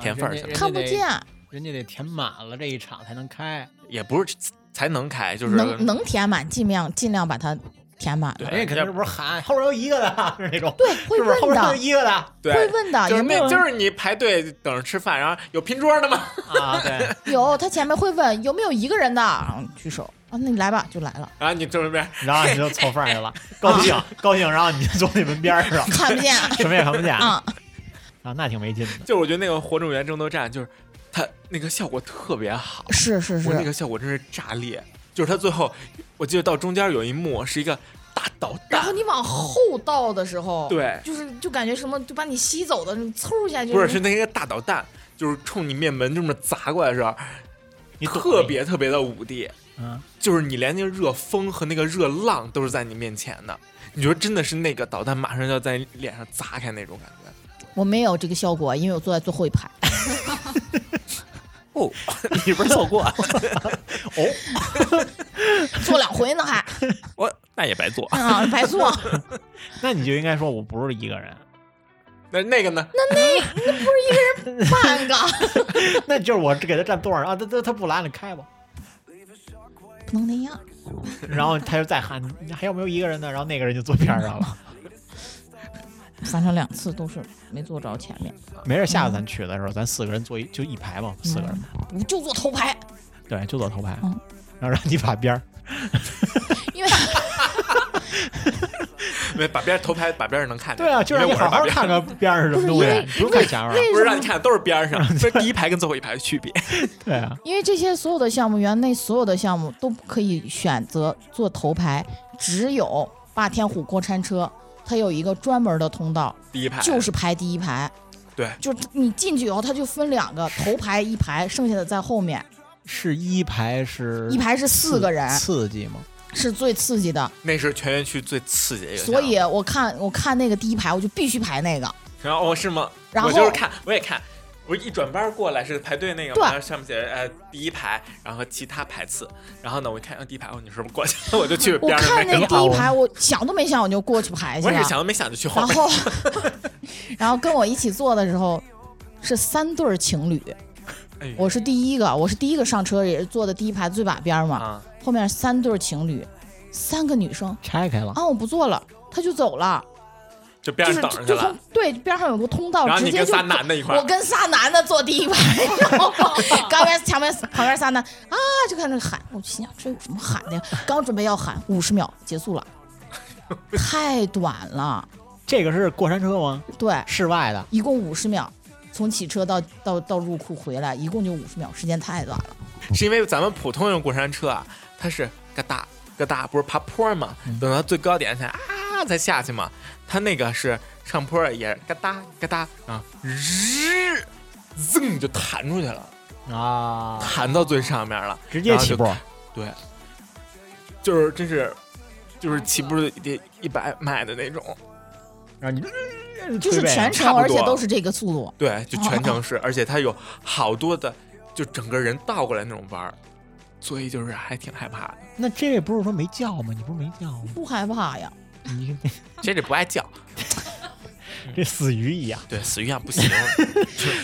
Speaker 3: 填缝儿
Speaker 2: 啊
Speaker 3: 去了，
Speaker 4: 看不见，
Speaker 2: 人家得填满了这一场才能开。
Speaker 3: 也不是才能开，就是
Speaker 4: 能能填满，尽量尽量把它填满。
Speaker 3: 对
Speaker 2: 人家肯定是不是喊后边有一个的，啊是那种，
Speaker 4: 对，会
Speaker 2: 是不是后
Speaker 4: 问
Speaker 2: 边有
Speaker 4: 的，
Speaker 2: 一个的
Speaker 3: 对，
Speaker 4: 会问的，
Speaker 3: 就是
Speaker 4: 有没
Speaker 3: 那
Speaker 4: 有人
Speaker 3: 就是你排队等着吃饭，然后有拼桌的吗？
Speaker 2: 啊？对，
Speaker 4: 有，他前面会问有没有一个人的，然后举手啊，那你来吧，就来了，
Speaker 3: 然后你正对面，
Speaker 2: 然后你就凑缝儿去了，高 兴高兴，然后你就坐那门边儿上，
Speaker 4: 看不见
Speaker 2: 什么也看不见啊，
Speaker 4: 啊，
Speaker 2: 那挺没劲的。
Speaker 3: 就是我觉得那个火种源争夺战，就是它那个效果特别好，
Speaker 4: 是是啊
Speaker 3: 我那
Speaker 4: 是，
Speaker 3: 个效果真是炸裂，就是它最后，我记得到中间有一幕是一个大导
Speaker 4: 然后嗯
Speaker 3: 弹，
Speaker 4: 你往后倒的时候，，
Speaker 3: 对，
Speaker 4: 就是就感觉什么就把你吸走的，你嗖一下就
Speaker 3: 不是是那个大导弹，就是冲你面门这么砸过来的时候，
Speaker 2: 你躲
Speaker 3: 特别特别的武力。
Speaker 2: 嗯，
Speaker 3: 就是你连那个热风和那个热浪都是在你面前的，你觉得真的是那个导弹马上就要在你脸上砸开那种感觉。
Speaker 4: 我没有这个效果，因为我坐在最后一排，
Speaker 3: 哦，你不是错过，
Speaker 4: 坐两回呢 还
Speaker 3: 我那也白做。
Speaker 4: 啊白坐，
Speaker 2: 那你就应该说我不是一个人，
Speaker 3: 那那个呢？
Speaker 4: 半个
Speaker 2: 那就是我给他占座儿啊，他他他不来你开吧。
Speaker 4: 不能那样，
Speaker 2: 然后他就再喊 你还有没有一个人呢？然后那个人就坐边儿上 了。
Speaker 4: 反正两次都是没坐着前面，
Speaker 2: 没事，下次咱去的时候，咱四个人坐一就一排嘛，四个人，
Speaker 4: 我就坐头排，
Speaker 2: 对，就坐头排
Speaker 4: 嗯，
Speaker 2: 然后让你把边儿。
Speaker 4: 因为
Speaker 3: 没把边儿头牌把边上能看见。
Speaker 2: 对啊，就让
Speaker 3: 因
Speaker 2: 你
Speaker 3: 为我
Speaker 2: 好
Speaker 3: 把
Speaker 2: 好
Speaker 3: 边儿
Speaker 2: 看看边儿是什么东
Speaker 4: 不是因为
Speaker 2: 西，不用看前面儿。
Speaker 4: 为
Speaker 3: 不是让你
Speaker 4: 什么？
Speaker 3: 看，都是边儿 上，这是第一排跟最后一排的区别。
Speaker 2: 对啊，
Speaker 4: 因为这些所有的项目，园内所有的项目都不可以选择坐头排，只有霸天虎过山车，它有一个专门的通道，
Speaker 3: 第一排
Speaker 4: 就是排第一排。
Speaker 3: 哎对
Speaker 4: 就是你进去以后，它就分两个，头排一排，剩下的在后面。
Speaker 2: 是一排是
Speaker 4: 一排是四个人，
Speaker 2: 刺激吗？
Speaker 4: 是最刺激的。
Speaker 3: 那是全园区最刺激的一个项目。
Speaker 4: 所以我看我看那个第一排，我就必须排那个。
Speaker 3: 然后哦是吗？
Speaker 4: 然后
Speaker 3: 我就是看，我也看。我一转班过来是排队那个
Speaker 4: 对
Speaker 3: 嘛，然后上面写着呃第一排，然后其他排次，然后呢我一看呃第一排，哦你是不是过去了？我 就去
Speaker 4: 我
Speaker 3: 边上
Speaker 4: 看
Speaker 3: 那
Speaker 4: 那
Speaker 3: 个
Speaker 4: 个啊
Speaker 2: 个
Speaker 4: 第一排，我想都没想，我就过去排去
Speaker 3: 我
Speaker 4: 了
Speaker 3: 也是。想都没想就去后
Speaker 4: 然
Speaker 3: 面。
Speaker 4: 后， 然后跟我一起坐的时候是三对儿情侣，
Speaker 3: 哎
Speaker 4: 我是第一个，我是第一个上车，也是坐的第一排最把边儿嘛。
Speaker 3: 啊，
Speaker 4: 后面三对儿情侣，三个女生
Speaker 2: 拆开了，
Speaker 4: 啊，我不坐了，他就走了，
Speaker 3: 就边
Speaker 4: 就
Speaker 3: 上
Speaker 4: 是
Speaker 3: 等
Speaker 4: 就
Speaker 3: 着去
Speaker 4: 就
Speaker 3: 了
Speaker 4: 从。对边上有个通道
Speaker 3: 然，后
Speaker 4: 直
Speaker 3: 你
Speaker 4: 接
Speaker 3: 跟
Speaker 4: 就
Speaker 3: 仨男的一块
Speaker 4: 我
Speaker 3: 儿，
Speaker 4: 跟仨男的坐第一排，然 后刚边前面旁边仨男啊，就看那喊，我心想这有什么喊的呀？刚准备要喊，五十秒结 束了，太短了，
Speaker 2: 这个是过山车吗？
Speaker 4: 对，
Speaker 2: 室外的，
Speaker 4: 一共五十秒。从起车到到到入库回来，一共就五十秒，时间太短了。
Speaker 3: 是因为咱们普通用过山车啊，它是嘎哒嘎哒，不是爬坡嘛，等到最高点才啊才下去嘛。它那个是上坡也嘎哒嘎哒啊，日噌就弹出去了，
Speaker 2: 啊，
Speaker 3: 弹到最上面了，
Speaker 2: 直接起步，
Speaker 3: 就是真是就是起步得一百迈的那种，
Speaker 2: 然后你
Speaker 4: 就是
Speaker 2: 啊
Speaker 4: 全
Speaker 3: 差
Speaker 4: 程，
Speaker 3: 不多
Speaker 4: 而且都是这个速度。
Speaker 3: 对，就全程是，而且它有好多的，就整个人倒过来那种玩儿，所以就是还挺害怕的。
Speaker 2: 那这位不是说没叫吗？你不是没叫吗？
Speaker 4: 不害怕呀，
Speaker 2: 你
Speaker 3: 这里不爱叫，
Speaker 2: 这死鱼一样，
Speaker 3: 对，死鱼眼不行，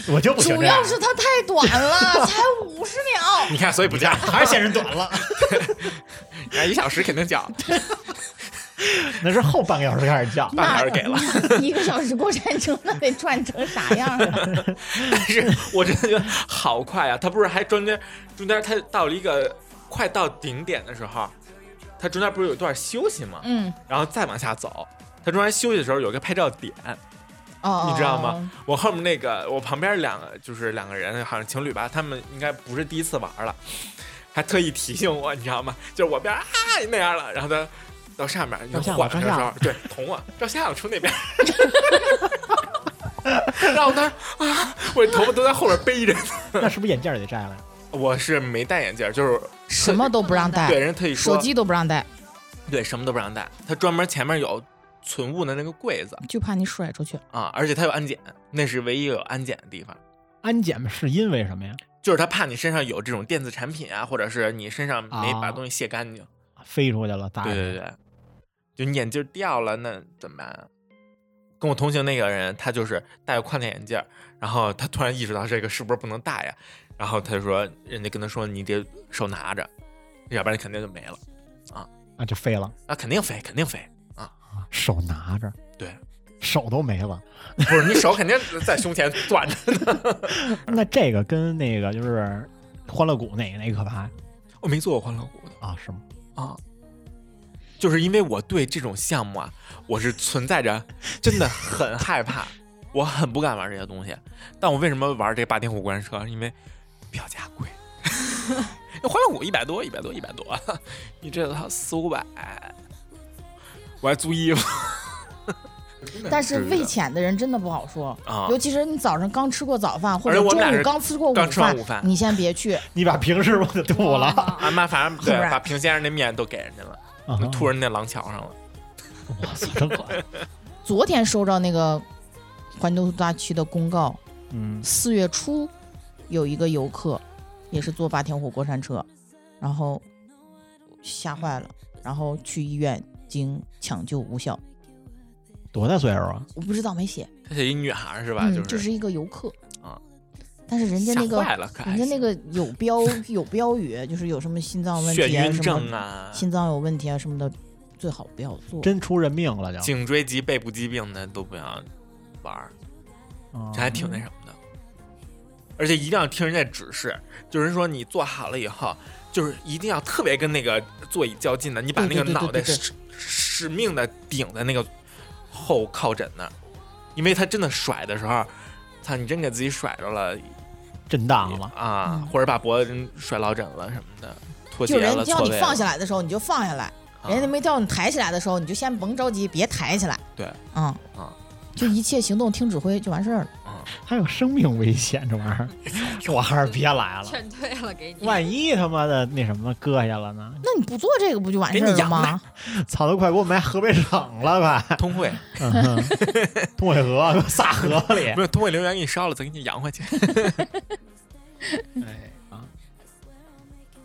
Speaker 2: 我就不喜欢
Speaker 4: 主
Speaker 2: 这样
Speaker 4: 要是它太短 了，才五十秒。
Speaker 3: 你看，所以不叫，
Speaker 2: 还是显示短了，
Speaker 3: 哎一小时肯定叫，
Speaker 2: 那是后半个小时开始叫。
Speaker 3: 半小时给了。
Speaker 4: 一个小时过山车，那得转成啥样 啊？
Speaker 3: 但是我真的觉得好快啊！它不是还中间中间它到了一个快到顶点的时候，它中间不是有一段休息吗？
Speaker 4: 嗯，
Speaker 3: 然后再往下走，它中间休息的时候有一个拍照点，
Speaker 4: 哦，
Speaker 3: 你知道吗？我后面那个，我旁边两个就是两个人，好像情侣吧，他们应该不是第一次玩了，还特意提醒我，你知道吗？就是我边儿啊那样了，然后他到上面，你就
Speaker 2: 照相
Speaker 3: 晃
Speaker 2: 照
Speaker 3: 的时
Speaker 2: 相
Speaker 3: 候，对，捅我，照相，出那边。然后我当时啊，我头发都在后面背着，
Speaker 2: 那是不是眼镜儿也得摘了？
Speaker 3: 我是没戴眼镜，就是
Speaker 4: 什么都不让
Speaker 3: 对
Speaker 4: 带，
Speaker 3: 人特意说
Speaker 4: 手机都不让带，
Speaker 3: 对什么都不让戴，他专门前面有存物的那个柜子
Speaker 4: 就怕你甩出去。
Speaker 3: 啊，而且他有安检，那是唯一有安检的地方。
Speaker 2: 安检是因为什么呀？
Speaker 3: 就是他怕你身上有这种电子产品啊，或者是你身上没
Speaker 2: 啊
Speaker 3: 把东西卸干净。
Speaker 2: 飞出去了，打
Speaker 3: 对对对，就你眼镜掉了，那怎么办、啊？跟我同行那个人，他就是戴框架眼镜儿，然后他突然意识到这个是不是不能戴呀？然后他就说，人家跟他说你得手拿着，要不然肯定就没了。
Speaker 2: 啊就飞了，啊
Speaker 3: 啊，肯定飞，肯定飞，
Speaker 2: 手拿着，
Speaker 3: 对，
Speaker 2: 手都没了。
Speaker 3: 不是你手肯定在胸前攥着。
Speaker 2: 那这个跟那个就是欢乐谷哪个哪个可怕
Speaker 3: 我没做过欢乐谷的
Speaker 2: 啊？是吗？
Speaker 3: 啊，就是因为我对这种项目啊，我是存在着真的很害怕，我很不敢玩这些东西。但我为什么玩这个霸天虎过山车？因为票价贵。那欢乐谷一百多，一百多，一百多， 你这套四五百，我还租衣服
Speaker 4: 但是胃浅的人真的不好说，
Speaker 3: 啊
Speaker 4: 尤。其是你早上刚吃过早饭，或
Speaker 3: 而且
Speaker 4: 者
Speaker 3: 我
Speaker 4: 中
Speaker 3: 们俩是
Speaker 4: 午刚吃过午
Speaker 3: 刚吃完
Speaker 4: 饭
Speaker 3: 午，饭
Speaker 4: 你先别去。
Speaker 2: 你把平时我的吐了
Speaker 3: 俺妈反 正对
Speaker 4: 是不是
Speaker 3: 把平先生那面都给人家了，
Speaker 2: 啊！
Speaker 3: 吐人那廊桥上
Speaker 4: 嗯
Speaker 3: 了。
Speaker 2: 我操，真可 爱。
Speaker 4: 昨天收到那个环球大区的公告，
Speaker 2: 嗯，
Speaker 4: 四月初有一个游客也是坐霸天虎过山车，然后吓坏了，然后去医院经抢救无效。
Speaker 2: 多大岁数啊？
Speaker 4: 我不知道没写，
Speaker 3: 她是一女孩儿是吧？
Speaker 4: 嗯，就是是一个游客
Speaker 3: 啊。
Speaker 4: 但是人家
Speaker 3: 吓
Speaker 4: 那个
Speaker 3: 坏了，可还
Speaker 4: 人家那
Speaker 3: 行
Speaker 4: 个有 标有标语，就是有什么心脏问
Speaker 3: 眩
Speaker 4: 题啊
Speaker 3: 晕
Speaker 4: 什
Speaker 3: 症
Speaker 4: 么，
Speaker 3: 啊，
Speaker 4: 心脏有问题啊什么的，最好不要做。
Speaker 2: 真出人命了就，
Speaker 3: 颈椎疾、背部疾病的都不要玩儿，
Speaker 2: 啊
Speaker 3: 这还挺
Speaker 4: 哦
Speaker 3: 那什么的。而且一定要听人家指示，就是说你做好了以后，就是一定要特别跟那个座椅较近的，你把那
Speaker 4: 对
Speaker 3: 个
Speaker 4: 对对
Speaker 3: 脑袋
Speaker 4: 对对
Speaker 3: 使使命的顶在那个后靠枕那儿，因为他真的甩的时候，操，你真给自己甩着了
Speaker 2: 震荡了。
Speaker 3: 啊，
Speaker 4: 嗯
Speaker 3: 或者把脖子真甩落枕了什么的，脱
Speaker 4: 就
Speaker 3: 节
Speaker 4: 人
Speaker 3: 了，
Speaker 4: 叫
Speaker 3: 错
Speaker 4: 你
Speaker 3: 位
Speaker 4: 放
Speaker 3: 了
Speaker 4: 下来的时候，你就放下来；
Speaker 3: 啊
Speaker 4: 人家没叫你抬起来的时候，你就先甭着急，别抬起来。
Speaker 3: 对，
Speaker 4: 嗯
Speaker 3: 啊，
Speaker 4: 就一切行动听指挥就完事儿了。
Speaker 2: 还有生命危险这玩 意儿，我还是别来了。
Speaker 1: 劝退了给你。
Speaker 2: 万一他妈的那什么割下了呢？
Speaker 4: 那你不做这个不就完事
Speaker 3: 给
Speaker 4: 儿
Speaker 3: 你
Speaker 4: 了
Speaker 3: 养
Speaker 4: 吗？
Speaker 2: 操，都快给我埋河北省了 吧？
Speaker 3: 通 惠，
Speaker 2: 嗯哼通惠河给我撒河里。
Speaker 3: 没有通惠留言给你烧了，再给你养回去。
Speaker 2: 哎啊，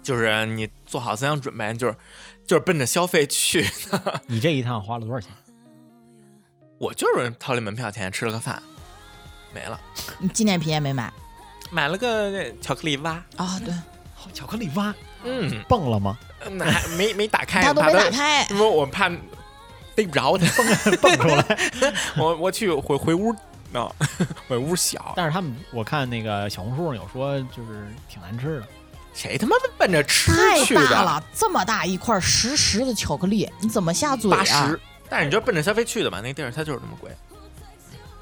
Speaker 3: 就是你做好思想准备，就是就是奔着消费去。
Speaker 2: 你这一趟花了多少钱？
Speaker 3: 我就是掏了门票钱，吃了个饭，没了，
Speaker 4: 你纪念品也没买
Speaker 3: 买了个那巧克力蛙。
Speaker 4: 啊、对，
Speaker 2: 好，巧克力蛙
Speaker 3: 嗯，
Speaker 2: 蹦了吗？
Speaker 3: 那 还没没打开，
Speaker 4: 他都没
Speaker 3: 怕
Speaker 4: 打，开。
Speaker 3: 因为我怕逮不着它，
Speaker 2: 蹦出来。
Speaker 3: 我我去回回屋。no, 回屋小，
Speaker 2: 但是他们，我看那个小红书上有说，就是挺难吃的。
Speaker 3: 谁他妈奔着吃去
Speaker 4: 太大
Speaker 3: 的？
Speaker 4: 了，这么大一块实实的巧克力，你怎么下嘴
Speaker 3: 八
Speaker 4: 啊？
Speaker 3: 十，但是你就奔着消费去的嘛，那地儿它就是这么贵，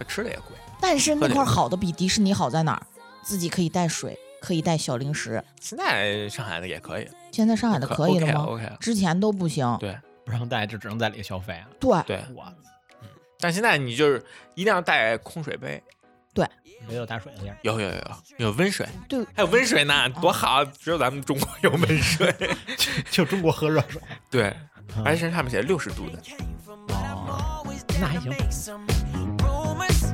Speaker 3: 吃的也贵，
Speaker 4: 但是那块好的比迪士尼好在哪儿？自己可以带水，可以带小零食。
Speaker 3: 现在上海的也可以，
Speaker 4: 现在上海的可以了吗？
Speaker 3: ？OK，, o k
Speaker 4: 之前都不行。
Speaker 3: 对
Speaker 2: 不让带，就只能在里消费啊！
Speaker 4: 对
Speaker 3: 对，
Speaker 2: 我
Speaker 3: 但现在你就是一定要带空水杯，
Speaker 4: 对
Speaker 3: 嗯，
Speaker 2: 也有打水的地儿。
Speaker 3: 有有有有温水，
Speaker 4: 对，
Speaker 3: 还有温水
Speaker 4: 啊
Speaker 3: 呢，多好！只有咱们中国有温 水。
Speaker 2: 就中国喝热水，
Speaker 3: 对，
Speaker 2: 嗯
Speaker 3: 而且上面写六十度的，
Speaker 2: 哦，那还行。
Speaker 5: rumors.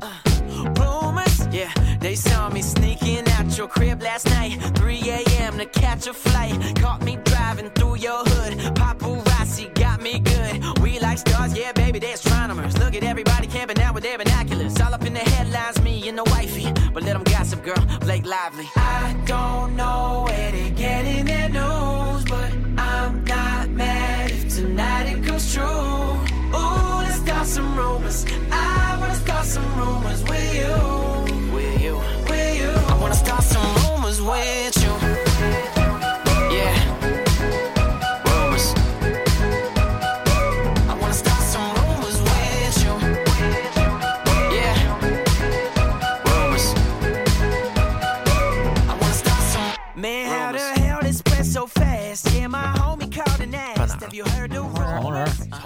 Speaker 5: Uh-huh. Rumors, yeah. They saw me sneaking out your crib last night. 3 a.m. to catch a flight. Caught me driving through your hood. Paparazzi got me good. We like stars, yeah, baby, they astronomers. Look at everybody camping out with their binoculars. All up in the headlines, me and the wifey. But let them gossip, girl, Blake Lively. I don't know where they're getting their news, but I'm not mad if tonight it comes true. Ooh, let's start some rumors. I wanna start some rumors with you. With you. With you. I wanna start some rumors with you. Yeah. Rumors. I wanna start some rumors with you. Yeah. Rumors. I wanna start some. Man, how the hell this spread so fast? Yeah, my homie called and asked. Have you heard the rumors?
Speaker 2: 小黄人儿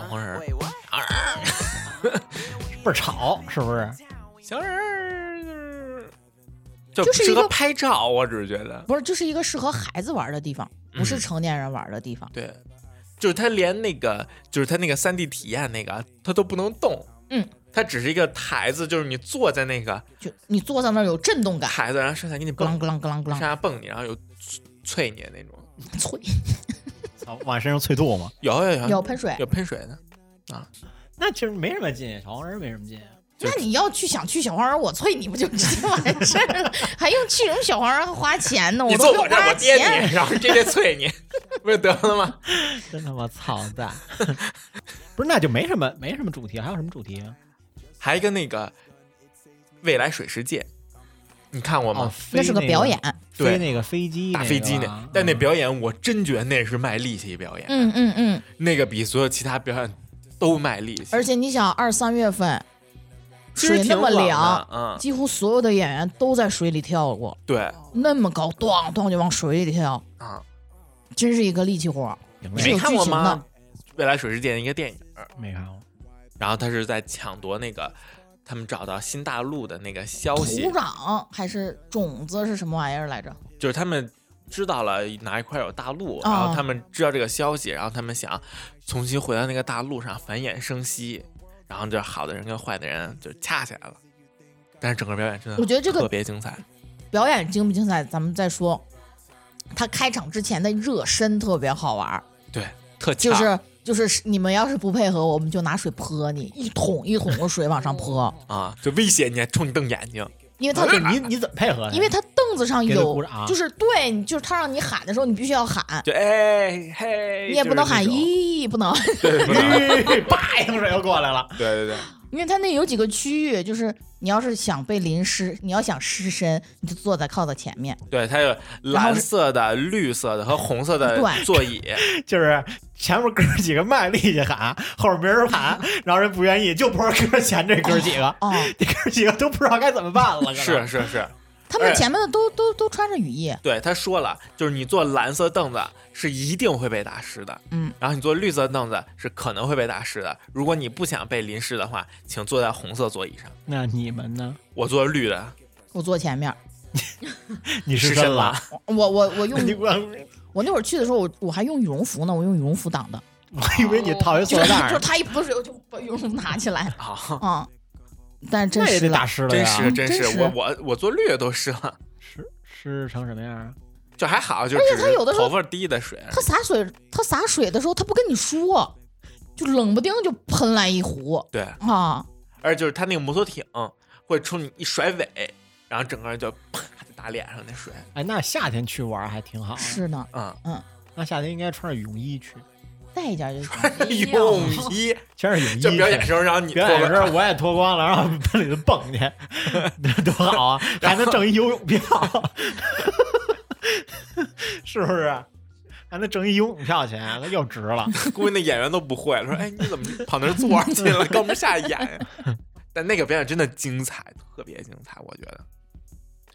Speaker 3: 小黄人儿，
Speaker 5: Wait, what?
Speaker 2: 倍儿吵，是不是？
Speaker 3: 小人儿就是就不
Speaker 4: 就是
Speaker 3: 适
Speaker 4: 一个
Speaker 3: 合拍照，我只是觉得，
Speaker 4: 不是，就是一个适合孩子玩的地方，不
Speaker 3: 嗯
Speaker 4: 是成年人玩的地方。
Speaker 3: 对，就是它连那个就是它那个三 D 体验那个它都不能动，
Speaker 4: 嗯，
Speaker 3: 它只是一个台子，就是你坐在那个
Speaker 4: 就你坐在那儿有震动感，
Speaker 3: 台子，然后剩下给你
Speaker 4: 咯啷
Speaker 3: 蹦，
Speaker 4: 咯啷咯啷咯
Speaker 3: 剩
Speaker 4: 啷，
Speaker 3: 下蹦你，然后有啐你的那种，
Speaker 4: 脆，
Speaker 2: 操往身上啐吐沫。
Speaker 3: 有有有
Speaker 4: 有喷水。
Speaker 3: 有喷水的，
Speaker 2: 那其实没什么劲，小黄人没什么劲。啊
Speaker 3: 就
Speaker 4: 那你要去想去小黄人，我催你不就直接完事儿 了？还用去什么小黄人还花钱呢？
Speaker 3: 你
Speaker 4: 都
Speaker 3: 坐
Speaker 4: 不
Speaker 3: 我这
Speaker 4: 用
Speaker 3: 儿，
Speaker 4: 花
Speaker 3: 我爹
Speaker 4: 钱。
Speaker 3: 你，然后直接啐 你，不就得了吗？
Speaker 2: 真他妈操 蛋！不是，那就没什么没什么主题，还有什么主题啊？
Speaker 3: 还一个那个未来水世界，你看过
Speaker 2: 哦
Speaker 3: 吗？，
Speaker 2: 飞
Speaker 4: 那是个表演，
Speaker 2: 飞
Speaker 3: 对
Speaker 2: 那个啊飞机，
Speaker 3: 大飞机
Speaker 2: 那个
Speaker 3: 那
Speaker 2: 吧，
Speaker 3: 但那表演我真觉得那是卖力气表演，
Speaker 4: 嗯 嗯嗯。
Speaker 3: 那个比所有其他表演都卖力气，
Speaker 4: 而且你想，二三月份
Speaker 3: 其实
Speaker 4: 水那
Speaker 3: 挺
Speaker 4: 么
Speaker 3: 冷的
Speaker 4: 凉，
Speaker 3: 嗯，
Speaker 4: 几乎所有的演员都在水里跳过，
Speaker 3: 对
Speaker 4: 那么高，咣咣就往水里跳，
Speaker 3: 啊，
Speaker 4: 真是一个力气活儿。
Speaker 2: 嗯
Speaker 3: 你
Speaker 4: 是
Speaker 3: 没
Speaker 4: 有
Speaker 3: 看
Speaker 4: 剧
Speaker 3: 过
Speaker 4: 情
Speaker 3: 吗
Speaker 4: 的？
Speaker 3: 未来水世界的一个电影，
Speaker 2: 没看过，
Speaker 3: 然后他是在抢夺那个他们找到新大陆的那个消息
Speaker 4: 土，壤还是种子是什么玩意儿来着？
Speaker 3: 就是他们知道了哪一块有大陆，
Speaker 4: 哦
Speaker 3: 然后他们知道这个消息，然后他们想重新回到那个大陆上繁衍生息，然后就好的人跟坏的人就掐起来了。但是整个表演真
Speaker 4: 我
Speaker 3: 的
Speaker 4: 觉得这
Speaker 3: 特
Speaker 4: 个
Speaker 3: 别精彩，
Speaker 4: 表演精不精彩，咱们再说。他开场之前的热身特别好玩儿，
Speaker 3: 对，特
Speaker 4: 就
Speaker 3: 呛
Speaker 4: 是就是你们要是不配合，我们就拿水泼你，一桶一桶的水往上泼，
Speaker 3: 啊，就威胁你，冲你瞪眼睛，
Speaker 4: 因为他
Speaker 2: 不是你你怎么配合的？
Speaker 4: 因为他凳子上
Speaker 2: 哎给他
Speaker 4: 有
Speaker 2: 鼓掌，
Speaker 4: 就是对，你就是他让你喊的时候，你必须要喊，
Speaker 3: 就哎嘿，
Speaker 4: 你也不能喊
Speaker 3: 就是那种，
Speaker 4: 咦，不能，
Speaker 3: 对，不 能
Speaker 2: 叭一桶水又过来了，
Speaker 3: 对对对，
Speaker 4: 因为他那有几个区域，就是你要是想被淋湿，你要想湿身，你就坐在靠在前面，
Speaker 3: 对，它有蓝色的、绿色的和红色的
Speaker 4: 对
Speaker 3: 座 椅，
Speaker 2: 就是前面哥几个卖力气喊，后面没人喊，然后人不愿意，就不是哥前这哥几个，
Speaker 4: 哦，
Speaker 2: 这哥几个都不知道该怎么办了。可能
Speaker 3: 是，是是，
Speaker 4: 他们前面的都都都穿着雨衣，
Speaker 3: 对，他说了，就是你坐蓝色凳子是一定会被打湿的，
Speaker 4: 嗯，
Speaker 3: 然后你坐绿色凳子是可能会被打湿的。如果你不想被淋湿的话，请坐在红色座椅上。
Speaker 2: 那你们呢？
Speaker 3: 我坐绿的，
Speaker 4: 我坐前面，
Speaker 2: 你
Speaker 3: 湿
Speaker 2: 是
Speaker 3: 身
Speaker 2: 真了，
Speaker 4: 我我我用
Speaker 2: 你我
Speaker 4: 我那会儿去的时候，我我还用羽绒服呢，我用羽绒服挡的，
Speaker 2: 我以为你套一塑
Speaker 4: 就
Speaker 2: 料袋
Speaker 4: 是 就是
Speaker 2: 儿，嗯
Speaker 4: 他一泼水，我就把羽绒服拿起来，
Speaker 3: 啊，
Speaker 4: 啊、但是真
Speaker 2: 那也
Speaker 4: 湿
Speaker 2: 得
Speaker 4: 了
Speaker 2: 打，湿了
Speaker 3: 真
Speaker 2: 呀，
Speaker 3: 湿
Speaker 4: 真
Speaker 3: 是，
Speaker 4: 是
Speaker 3: 我我我坐绿的都湿了，
Speaker 2: 湿湿成什么样啊？
Speaker 3: 就还好，就
Speaker 4: 而且
Speaker 3: 只
Speaker 4: 他
Speaker 3: 是
Speaker 4: 有的时
Speaker 3: 头
Speaker 4: 候
Speaker 3: 发滴的水，
Speaker 4: 他洒水，他洒水的时候，他不跟你说，就冷不丁就喷来一壶
Speaker 3: 对，
Speaker 4: 啊！
Speaker 3: 而且就是他那个摩托艇会冲你一甩尾，然后整个人就啪就打脸上那水，
Speaker 2: 哎，那夏天去玩儿还挺好的。
Speaker 4: 是呢，
Speaker 3: 嗯，
Speaker 2: 那夏天应该穿着泳衣去，
Speaker 4: 带一件就行。
Speaker 3: 泳 衣，
Speaker 2: 全是泳衣去。
Speaker 3: 就表演时候 让你
Speaker 2: 表
Speaker 3: 脱
Speaker 2: 演
Speaker 3: 个
Speaker 2: 时候我也脱光了，然后奔里头蹦 去，多好 啊！还能挣一游泳票， 是不是？还能挣一游泳票钱，那又值了。
Speaker 3: 估计那演员都不会了， 说：“哎，你怎么跑那儿坐上去了？跟我们下演呀？” 但那个表演真的精彩，特别精彩，我觉得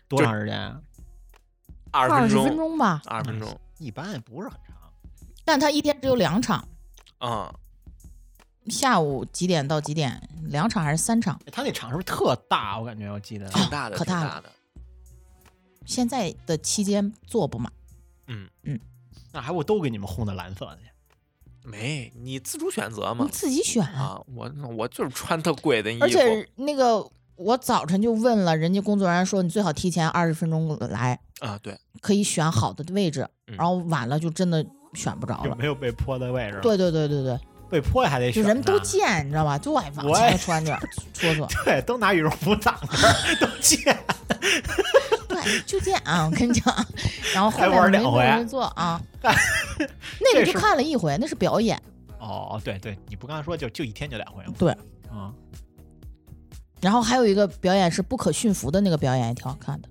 Speaker 2: 多长时间啊？
Speaker 3: 二十
Speaker 4: 二
Speaker 3: 分
Speaker 4: 十分
Speaker 3: 钟，
Speaker 4: 钟吧，
Speaker 3: 二十分钟，
Speaker 2: 一般也不是很长。
Speaker 4: 但他一天只有两场，
Speaker 3: 嗯，
Speaker 4: 下午几点到几点？两场还是三场？
Speaker 2: 哎他那场是不是特大？啊我感觉我记得
Speaker 3: 挺大的，
Speaker 4: 可
Speaker 3: 挺
Speaker 4: 大了
Speaker 3: 大的。
Speaker 4: 现在的期间坐不满，
Speaker 2: 那还不都给你们轰的蓝色去？
Speaker 3: 没，你自主选择
Speaker 2: 嗯
Speaker 4: 你
Speaker 3: 嘛。
Speaker 4: 自己选。
Speaker 3: 啊，我我就是穿特贵的衣服，
Speaker 4: 嗯而且那个我早晨就问了，人家工作人员说你最好提前二十分钟来，
Speaker 3: 啊，对，
Speaker 4: 可以选好的位置，
Speaker 3: 嗯
Speaker 4: 然后晚了就真的选不着
Speaker 2: 有
Speaker 4: 了。
Speaker 2: 没有被泼的位置？，啊
Speaker 4: 对对对对对，
Speaker 2: 被泼还得
Speaker 4: 就
Speaker 2: 选啊
Speaker 4: 人都
Speaker 2: 呢
Speaker 4: 贱，你知道吧？就爱往
Speaker 2: 我也
Speaker 4: 前穿点儿戳戳，
Speaker 2: 对，都拿羽绒服挡着，都见。
Speaker 4: 对，就贱啊！我跟 你讲，然后后
Speaker 2: 还
Speaker 4: 面
Speaker 2: 玩
Speaker 4: 没
Speaker 2: 两
Speaker 4: 工
Speaker 2: 回
Speaker 4: 人做 啊，那个
Speaker 2: 这
Speaker 4: 就是看了一回，那是表演，
Speaker 2: 哦，对对，你不刚才说就就一天就两回吗？
Speaker 4: 对。
Speaker 2: 啊，
Speaker 4: 然后还有一个表演是不可驯服的那个表演，也挺好看的，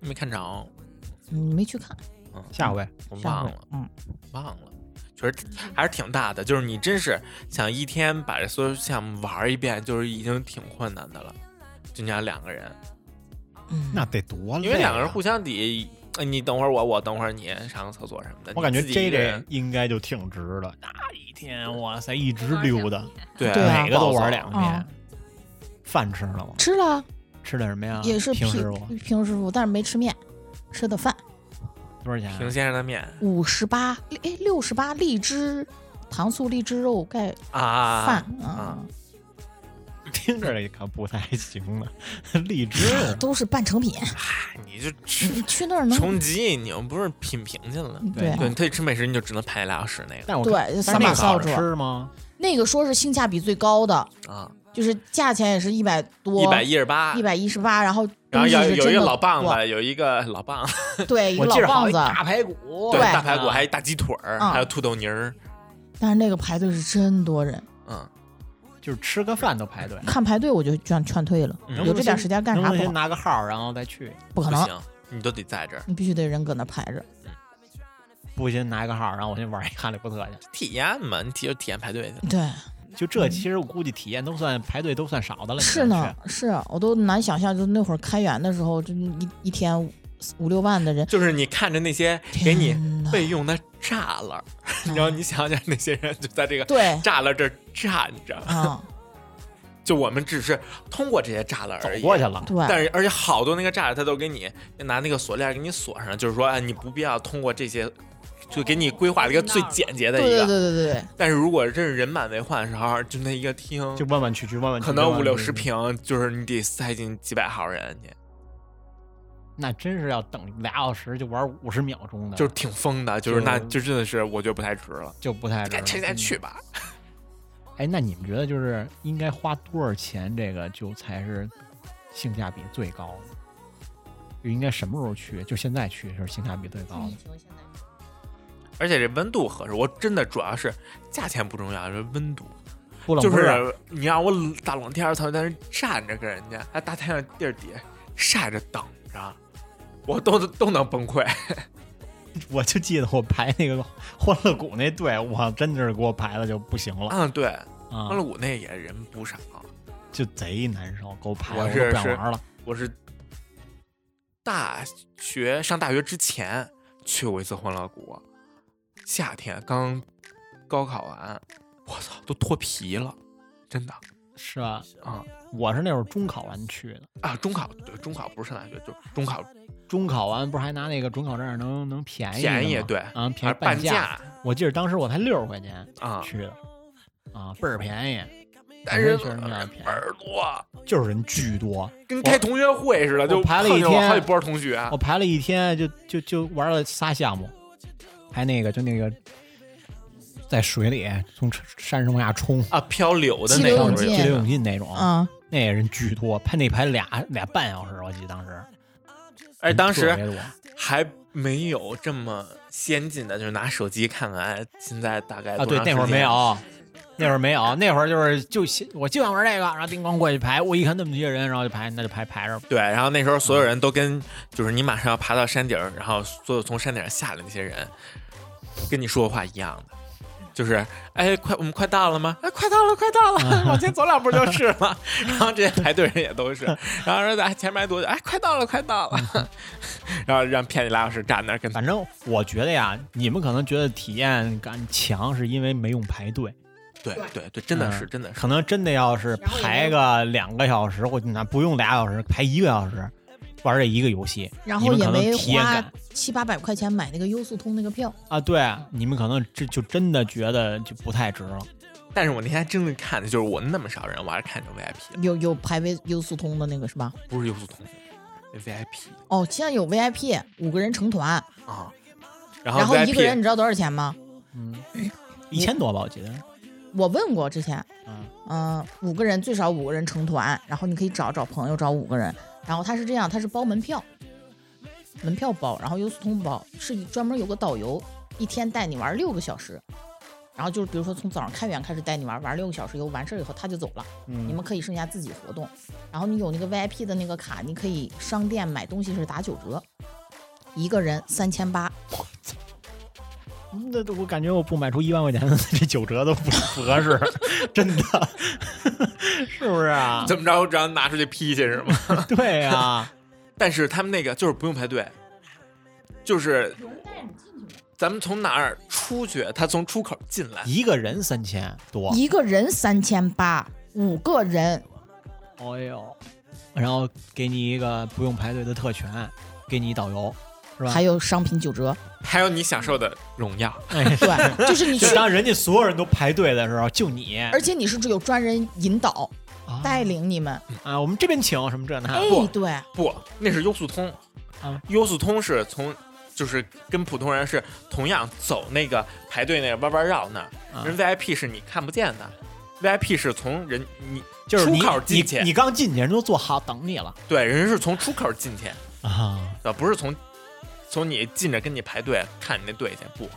Speaker 3: 没看着，嗯
Speaker 4: 你没去看？
Speaker 2: 下回
Speaker 3: 我
Speaker 4: 上
Speaker 3: 忘
Speaker 4: 回
Speaker 3: 了，
Speaker 4: 嗯，
Speaker 3: 忘了，确实还是挺大的。就是你真是想一天把这所有项目玩一遍，就是已经挺困难的了。就你俩两个人，
Speaker 4: 嗯
Speaker 2: 那得多累、啊，
Speaker 3: 因为两个人互相得，哎你等会儿我，我等会儿你上个厕所什么的。
Speaker 2: 我感觉
Speaker 3: 你自己
Speaker 2: 这
Speaker 3: 一个
Speaker 2: 这
Speaker 3: 人
Speaker 2: 应该就挺值的。那一天，哇塞，一直溜达，
Speaker 3: 对
Speaker 4: 对啊
Speaker 2: 每个都玩两
Speaker 3: 暴
Speaker 2: 遍。
Speaker 4: 啊
Speaker 2: 饭吃了吗？
Speaker 4: 吃了，啊
Speaker 2: 吃的什么呀？
Speaker 4: 也是
Speaker 2: 啊平时我
Speaker 4: 平平时傅，但是没吃面，吃的饭。
Speaker 2: 多少钱
Speaker 3: 走
Speaker 2: 啊？
Speaker 3: 平先生的面
Speaker 4: 五十八，哎，六十八荔枝糖醋荔枝肉盖
Speaker 3: 啊，
Speaker 4: 饭
Speaker 3: 啊
Speaker 4: 啊，
Speaker 2: 听着这可不太行了， 荔 枝啊
Speaker 4: 嗯都是半 成品。
Speaker 3: 嗨你就吃
Speaker 4: 你去那儿能
Speaker 3: 冲击，你又不是品评去了。
Speaker 4: 嗯对啊
Speaker 3: 对，你特意吃美食，你就只能排俩小时那个
Speaker 2: 但我看
Speaker 4: 对
Speaker 2: 但
Speaker 4: 三
Speaker 2: 是那
Speaker 4: 把
Speaker 2: 个好
Speaker 4: 扫帚，
Speaker 2: 吃吗？
Speaker 4: 那个说是性价比最高的，
Speaker 3: 啊，
Speaker 4: 就是价钱也是一百多，
Speaker 3: 一百一十八，
Speaker 4: 一百一十八，然后
Speaker 3: 然后
Speaker 4: 东西
Speaker 3: 有
Speaker 4: 是
Speaker 3: 有
Speaker 4: 真
Speaker 3: 一个
Speaker 4: 的
Speaker 3: 老棒
Speaker 4: 多，
Speaker 3: 子，有一个老棒子，
Speaker 4: 对，一个
Speaker 2: 我记着
Speaker 4: 老
Speaker 2: 好像
Speaker 4: 棒子，
Speaker 2: 大排骨，
Speaker 4: 对
Speaker 3: 大排骨，还有一大鸡腿儿，
Speaker 4: 嗯
Speaker 3: 还有土豆泥儿，
Speaker 4: 但是那个排队是真多人，
Speaker 3: 嗯，
Speaker 2: 就是吃个饭都排队。
Speaker 4: 看排队我就劝劝退了，
Speaker 3: 嗯
Speaker 4: 有这点时间干
Speaker 2: 能
Speaker 4: 啥
Speaker 2: 不能
Speaker 4: 不
Speaker 2: 先
Speaker 4: 好？
Speaker 2: 拿个号，然后再去？
Speaker 4: 不可
Speaker 3: 不
Speaker 4: 能，
Speaker 3: 行，你都得在这儿
Speaker 4: 你必须得人搁那排着。
Speaker 2: 不行，拿个号，然后我先玩一哈利波特去。
Speaker 3: 体验嘛，你体就体验排队去。
Speaker 4: 对，
Speaker 2: 就这，其实我估计体验都算排队都算少的了。
Speaker 4: 是
Speaker 2: 你
Speaker 4: 呢
Speaker 2: 看，
Speaker 4: 是啊我都难想象，就那会儿开园的时候，就一一天五五六万的人，
Speaker 3: 就是你看着那些给你
Speaker 4: 天哪嗯
Speaker 3: 备用的栅栏，然后你想想那些人就在这个
Speaker 4: 对
Speaker 3: 栅栏这儿站着，
Speaker 4: 啊，
Speaker 3: 就我们只是通过这些栅栏而
Speaker 2: 去
Speaker 3: 已。
Speaker 2: 走过去了。
Speaker 4: 对，
Speaker 3: 但是而且好多那个栅栏，他都给你拿那个锁链给你锁上，就是说，哎，你不必要通过这些，就给你规划了一个最简洁的
Speaker 4: 对
Speaker 3: 一个。
Speaker 4: 对对对对
Speaker 3: 但是如果真是人满为患的时候，就那一个厅，
Speaker 2: 就弯弯曲曲，弯弯曲曲，
Speaker 3: 可能
Speaker 2: 弯
Speaker 3: 五
Speaker 2: 弯
Speaker 3: 六
Speaker 2: 曲
Speaker 3: 十
Speaker 2: 曲，
Speaker 3: 平，就是你得塞进几百号人去，
Speaker 2: 那真是要等俩小时就玩五十秒钟的，
Speaker 3: 就是挺疯的，就是
Speaker 2: 就
Speaker 3: 那就真的是我觉得不太值了，
Speaker 2: 就不太值
Speaker 3: 该
Speaker 2: 了。
Speaker 3: 吃再
Speaker 2: 嗯
Speaker 3: 去吧。
Speaker 2: 哎，那你们觉得就是应该花多少钱，这个就才是性价比最高的？就应该什么时候去？就现在去是性价比最
Speaker 3: 嗯
Speaker 2: 高的。
Speaker 3: 而且这温度合适，我真的主要是价钱不重要，是温度。
Speaker 2: 不冷
Speaker 3: 就
Speaker 2: 不热，
Speaker 3: 是你让我大冷天儿，操，在那站着跟人家，还大太阳地儿底下晒着等着，我都都能崩溃。
Speaker 2: 我就记得我排那个欢乐谷那队，我真的是给我排的就不行了
Speaker 3: 嗯，对，
Speaker 2: 啊
Speaker 3: 欢，乐谷那也人不少，
Speaker 2: 就贼难受，给我排
Speaker 3: 我
Speaker 2: 的我
Speaker 3: 是
Speaker 2: 都不想
Speaker 3: 是
Speaker 2: 玩了。
Speaker 3: 我是大学上大学之前去过一次欢乐谷，夏天刚高考完，我操，都脱皮了，真的
Speaker 2: 是吧？
Speaker 3: 啊
Speaker 2: 我是那会儿中考完去的，
Speaker 3: 啊！中考对中考不是上大学，就中考
Speaker 2: 中考完不是还拿那个准考证能能便宜
Speaker 3: 便宜
Speaker 2: 的吗
Speaker 3: 对
Speaker 2: 啊，便宜
Speaker 3: 还是半
Speaker 2: 价。
Speaker 3: 价
Speaker 2: 我记得当时我才六十块钱
Speaker 3: 啊，
Speaker 2: 去的，啊，倍儿便宜。
Speaker 3: 但是
Speaker 2: 本身确实有点便宜
Speaker 3: 倍儿多。
Speaker 2: 就是人巨多，
Speaker 3: 跟开同学会似的，就
Speaker 2: 我排了一
Speaker 3: 碰见我
Speaker 2: 天哦
Speaker 3: 好几波同学。
Speaker 2: 我排了一天就就就玩了仨项目，还那个就那个在水里从车山上往下冲，
Speaker 3: 啊，漂流的
Speaker 4: 激
Speaker 3: 那
Speaker 4: 流
Speaker 3: 种
Speaker 4: 勇
Speaker 3: 是
Speaker 4: 进
Speaker 2: 激流勇进那种，
Speaker 4: 啊，
Speaker 2: 那也人巨多，排那排俩俩半小时，我记得当时，
Speaker 3: 而哎当
Speaker 2: 特别
Speaker 3: 时
Speaker 2: 多
Speaker 3: 还没有这么先进的，就是拿手机看看，哎，现在大概
Speaker 2: 啊，
Speaker 3: 多
Speaker 2: 对，
Speaker 3: 长
Speaker 2: 那会儿
Speaker 3: 时
Speaker 2: 没，
Speaker 3: 间
Speaker 2: 有。那会儿没有，那会儿就是就想我就想玩这个，然后叮咣过去排，我一看那么些人，然后就排，那就排排着吧。
Speaker 3: 对，然后那时候所有人都跟，就是你马上要爬到山顶儿，然后所有从山顶上下来那些人，跟你说的话一样的，就是哎，快我们快到了吗？哎，快到了，快到了， 往前走两步就是了。 然后这些排队人也都是，然后说哎前面还多久？哎，快到了，快到了。 然后让骗你俩小时站那儿跟
Speaker 2: 反正我觉得呀，你们可能觉得体验感强，是因为没用排队。
Speaker 3: 对对对，真的
Speaker 2: 嗯
Speaker 3: 是真的是，
Speaker 2: 可能真的要是排个两个小时，或者那不用俩小时，排一个小时玩这一个游戏，
Speaker 4: 然
Speaker 2: 你
Speaker 4: 后
Speaker 2: 们
Speaker 4: 也
Speaker 2: 可能
Speaker 4: 没
Speaker 2: 体验
Speaker 4: 花
Speaker 2: 感
Speaker 4: 七八百块钱买那个优速通那个票，
Speaker 2: 啊，对，你们可能这就真的觉得就不太值了。
Speaker 3: 但是我那天真的看的就是我那么少人，我还是看成 VIP 了，
Speaker 4: 有有排位优速通的那个是吧？
Speaker 3: 不是优速通，VIP
Speaker 4: 哦，现在有 VIP，五个人成团，
Speaker 3: 啊。然后
Speaker 4: 然后一个人
Speaker 3: VIP
Speaker 4: 你知道多少钱吗？
Speaker 2: 嗯，一千多吧，我记得。
Speaker 4: 我问过之前，
Speaker 2: 嗯
Speaker 4: 嗯，五个人最少五个人成团，然后你可以找找朋友找五个人，然后他是这样，他是包门票，门票包，然后优速通包，是专门有个导游，一天带你玩六个小时，然后就是比如说从早上开园开始带你玩，玩六个小时以后完事儿以后他就走了，你
Speaker 2: 嗯，
Speaker 4: 们可以剩下自己活动，然后你有那个 VIP 的那个卡，你可以商店买东西是打九折，一个人三千八，
Speaker 2: 嗯那我感觉我不买出一万块钱的， 这九折都不不合适，真的， 是不是啊？
Speaker 3: 怎么着，我只要拿出去批去是吗？
Speaker 2: 对呀、啊，
Speaker 3: 但是他们那个就是不用排队，就是咱们从哪儿出去，他从出口进来，
Speaker 2: 一个人三千多，
Speaker 4: 一个人三千八，五个人
Speaker 2: 哎呦，然后给你一个不用排队的特权，给你导游，是吧？
Speaker 4: 还有商品九折，
Speaker 3: 还有你享受的荣耀。
Speaker 2: 哎，
Speaker 4: 对，就是你去
Speaker 2: 就，当人家所有人都排队的时候，就你
Speaker 4: 而且你是只有专人引导
Speaker 2: 啊
Speaker 4: 带领你们，
Speaker 2: 啊，我们这边请什么这那
Speaker 4: 哎
Speaker 2: 的，
Speaker 3: 啊不，
Speaker 4: 对，
Speaker 3: 不，那是优速通
Speaker 2: 啊。
Speaker 3: 优速通是从就是跟普通人是同样走那个排队那个弯弯绕那儿，
Speaker 2: 啊
Speaker 3: 人 VIP 是你看不见的。VIP 是从人你
Speaker 2: 就是你
Speaker 3: 出口
Speaker 2: 你
Speaker 3: 进去
Speaker 2: 你刚进去，人都坐好等你了
Speaker 3: 对人是从出口进去
Speaker 2: 啊，
Speaker 3: 的，不是从从你进着跟你排队看你那队去不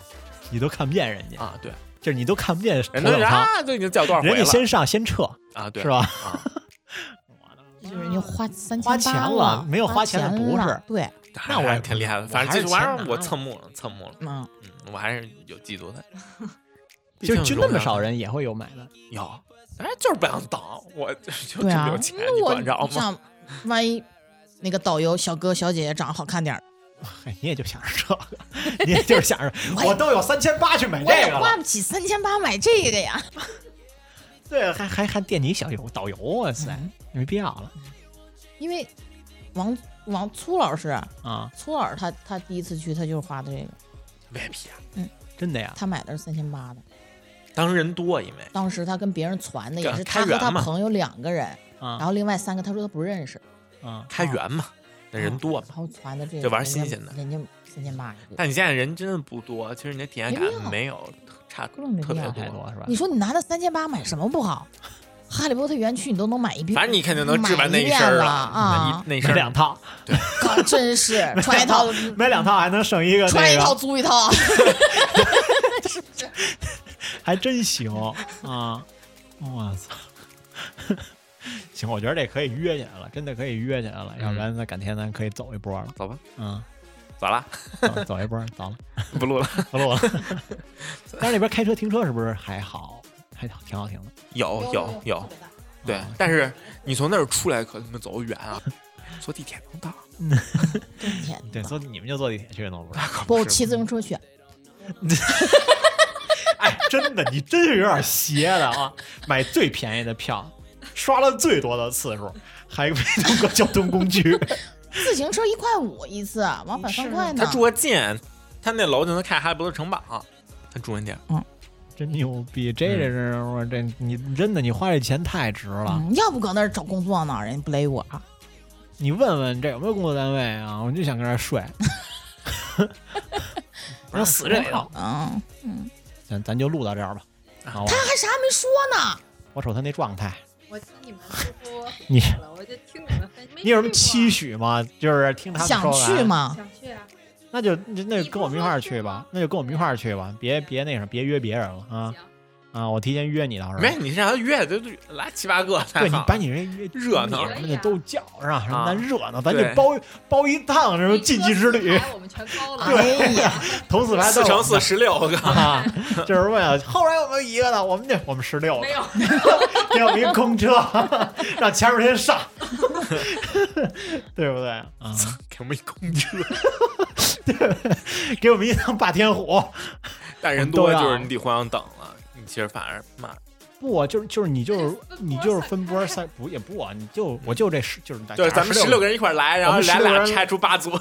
Speaker 2: 你都看不见人家，
Speaker 3: 啊对，
Speaker 2: 就是你都看不见头
Speaker 3: 人都
Speaker 2: 等舱，
Speaker 3: 啊都已经叫多少回
Speaker 2: 人家
Speaker 3: 了
Speaker 2: 先上先撤
Speaker 3: 啊对
Speaker 2: 是吧？
Speaker 3: 啊，
Speaker 4: 就是人家花三
Speaker 2: 花钱了没有花
Speaker 4: 钱
Speaker 2: 钱的不是
Speaker 4: 了对，
Speaker 2: 那我也
Speaker 3: 还是挺厉害的，反
Speaker 2: 我
Speaker 3: 正
Speaker 2: 还是
Speaker 3: 这玩意儿
Speaker 2: 钱拿
Speaker 3: 我侧目了侧目了，
Speaker 4: 嗯，
Speaker 3: 嗯，我还是有嫉妒的。毕
Speaker 2: 就
Speaker 3: 竟
Speaker 2: 就
Speaker 3: 荣
Speaker 2: 那么
Speaker 3: 耀
Speaker 2: 少人也会有买的，
Speaker 3: 有，哎，就是不想等，我就就这
Speaker 4: 对啊
Speaker 3: 么有钱，
Speaker 4: 那
Speaker 3: 你
Speaker 4: 我
Speaker 3: 管着吗？
Speaker 4: 像万一那个导游小哥小姐姐长得好看点儿，
Speaker 2: 哎你也就想着这个，你 也就是想着我都有三千八去买
Speaker 4: 我也
Speaker 2: 这个
Speaker 4: 花
Speaker 2: 了，
Speaker 4: 不起三千八买这个呀，
Speaker 2: 对，还还还惦记小友导游，哇塞，没必要了
Speaker 4: 因为王王粗老师，
Speaker 2: 啊，
Speaker 4: 粗老师他他第一次去他就是花的这个，
Speaker 3: VIP 啊，
Speaker 2: 真的呀，
Speaker 4: 他买的是三千八的，
Speaker 3: 当时人多，因为
Speaker 4: 当时他跟别人传的也
Speaker 3: 对
Speaker 4: 是
Speaker 3: 开
Speaker 4: 他和
Speaker 3: 源
Speaker 4: 他
Speaker 3: 嘛
Speaker 4: 朋友两个人，然
Speaker 2: 啊
Speaker 4: 后另外三个他说他不认识，
Speaker 2: 啊，
Speaker 4: 哦
Speaker 3: 开源嘛，那人多嘛
Speaker 4: 然。后传的这个
Speaker 3: 就玩
Speaker 4: 人家
Speaker 3: 新鲜的
Speaker 4: 人家三千八一个，
Speaker 3: 但你现在人真的不多，其实你的体验
Speaker 4: 没
Speaker 3: 感
Speaker 4: 必要
Speaker 3: 没有特差
Speaker 4: 根本没
Speaker 3: 特
Speaker 4: 必
Speaker 3: 别
Speaker 4: 要
Speaker 2: 太多是吧？
Speaker 4: 你说你拿那三千八买什么不好？哈利波特园区你都能买一遍，
Speaker 3: 反正你肯定能治完那
Speaker 4: 买一
Speaker 3: 一身
Speaker 4: 遍
Speaker 3: 儿嗯
Speaker 4: 了
Speaker 3: 那
Speaker 4: 啊
Speaker 3: 一！那一身
Speaker 2: 买
Speaker 3: 儿
Speaker 2: 两套，
Speaker 4: 靠，真是穿一套
Speaker 2: 买两套还能剩一个，
Speaker 4: 穿一
Speaker 2: 那个
Speaker 4: 套租一套，
Speaker 2: 还真 行啊！我操！ 行，我觉得这可以约起来了，真的可以约起来
Speaker 4: 嗯
Speaker 2: 了，要不然咱改天咱可以走一波了。
Speaker 3: 走吧，
Speaker 2: 嗯，
Speaker 3: 走了，
Speaker 2: 走走一波，走了，
Speaker 3: 不录了。
Speaker 2: 不 录了。但是那边开车停车是不是还好？还好，挺好停的。
Speaker 3: 有有有，
Speaker 4: 哦
Speaker 3: 对
Speaker 2: 啊，
Speaker 3: 但是你从那儿出来可他妈走远啊，坐地铁能到。
Speaker 4: 真天
Speaker 2: 对，
Speaker 4: 呐
Speaker 2: 坐你们就坐地铁去呢，不是？
Speaker 4: 不，我骑自行车去，
Speaker 2: 哎，真的，你真是有点邪的啊！买最便宜的票，刷了最多的次数，还没弄个交通工 具。
Speaker 4: 自行车一块五一次，往返三块呢
Speaker 3: 他。住的近，他那楼就能看哈利波特城堡，他住那地儿。
Speaker 2: 真牛逼！这这是我这你真的你花这钱太值了。
Speaker 4: 嗯要不搁那儿找工作呢，人家不勒我啊！
Speaker 2: 你问问这有没有工作单位啊？我就想搁这儿 睡。我说死这里头，
Speaker 4: 嗯，
Speaker 2: 咱咱就录到这儿吧。啊，我
Speaker 4: 他还啥没说呢？
Speaker 2: 我瞅他那状态，
Speaker 1: 我听你们都说
Speaker 2: 你
Speaker 1: 了，我就听你们分。没
Speaker 2: 你有什么
Speaker 1: 去
Speaker 2: 期许吗？就是听他们
Speaker 4: 想
Speaker 2: 说
Speaker 4: 去
Speaker 2: 完，
Speaker 1: 过
Speaker 4: 吗？
Speaker 1: 想去啊？
Speaker 2: 那就那那
Speaker 1: 你
Speaker 2: 就跟我们一块儿去吧，那就跟我们一块儿去吧，别别那什么，别约别人了啊
Speaker 1: 行，
Speaker 2: 啊！我提前约你到时候，
Speaker 3: 没，你让他约就来七八个，太
Speaker 2: 对你
Speaker 3: 好
Speaker 2: 把
Speaker 3: 了
Speaker 2: 你这约
Speaker 3: 热闹
Speaker 2: 什么的都叫是吧？什么
Speaker 3: 啊
Speaker 2: 咱热闹，咱就
Speaker 3: 对
Speaker 2: 包包一趟什么
Speaker 1: 你
Speaker 2: 禁
Speaker 1: 说
Speaker 2: 忌之
Speaker 1: 四
Speaker 2: 旅，
Speaker 1: 排我们全包了。
Speaker 4: 哎呀，
Speaker 2: 头四排都
Speaker 3: 四
Speaker 2: 有
Speaker 3: 乘四十六个。
Speaker 2: 啊，就是为了后来我们一个呢，我们这我们十六
Speaker 1: 没 有，
Speaker 2: 给我们一空车，让前面先 上，对不对啊？
Speaker 3: 给我们一公 车，
Speaker 2: 给我们一趟霸天虎，
Speaker 3: 但人多就是你得互相等了，你其实反而慢，
Speaker 2: 不，就是就是你就是
Speaker 1: 那就分
Speaker 2: 你
Speaker 1: 波
Speaker 2: 就是
Speaker 1: 散
Speaker 2: 分波散，不也不啊，你就我就这十就是
Speaker 3: 就是咱们哎十六
Speaker 2: 六
Speaker 3: 个人一块儿来，然
Speaker 2: 我
Speaker 3: 后
Speaker 2: 们
Speaker 3: 俩
Speaker 2: 16个
Speaker 3: 俩
Speaker 2: 人
Speaker 3: 拆出八组，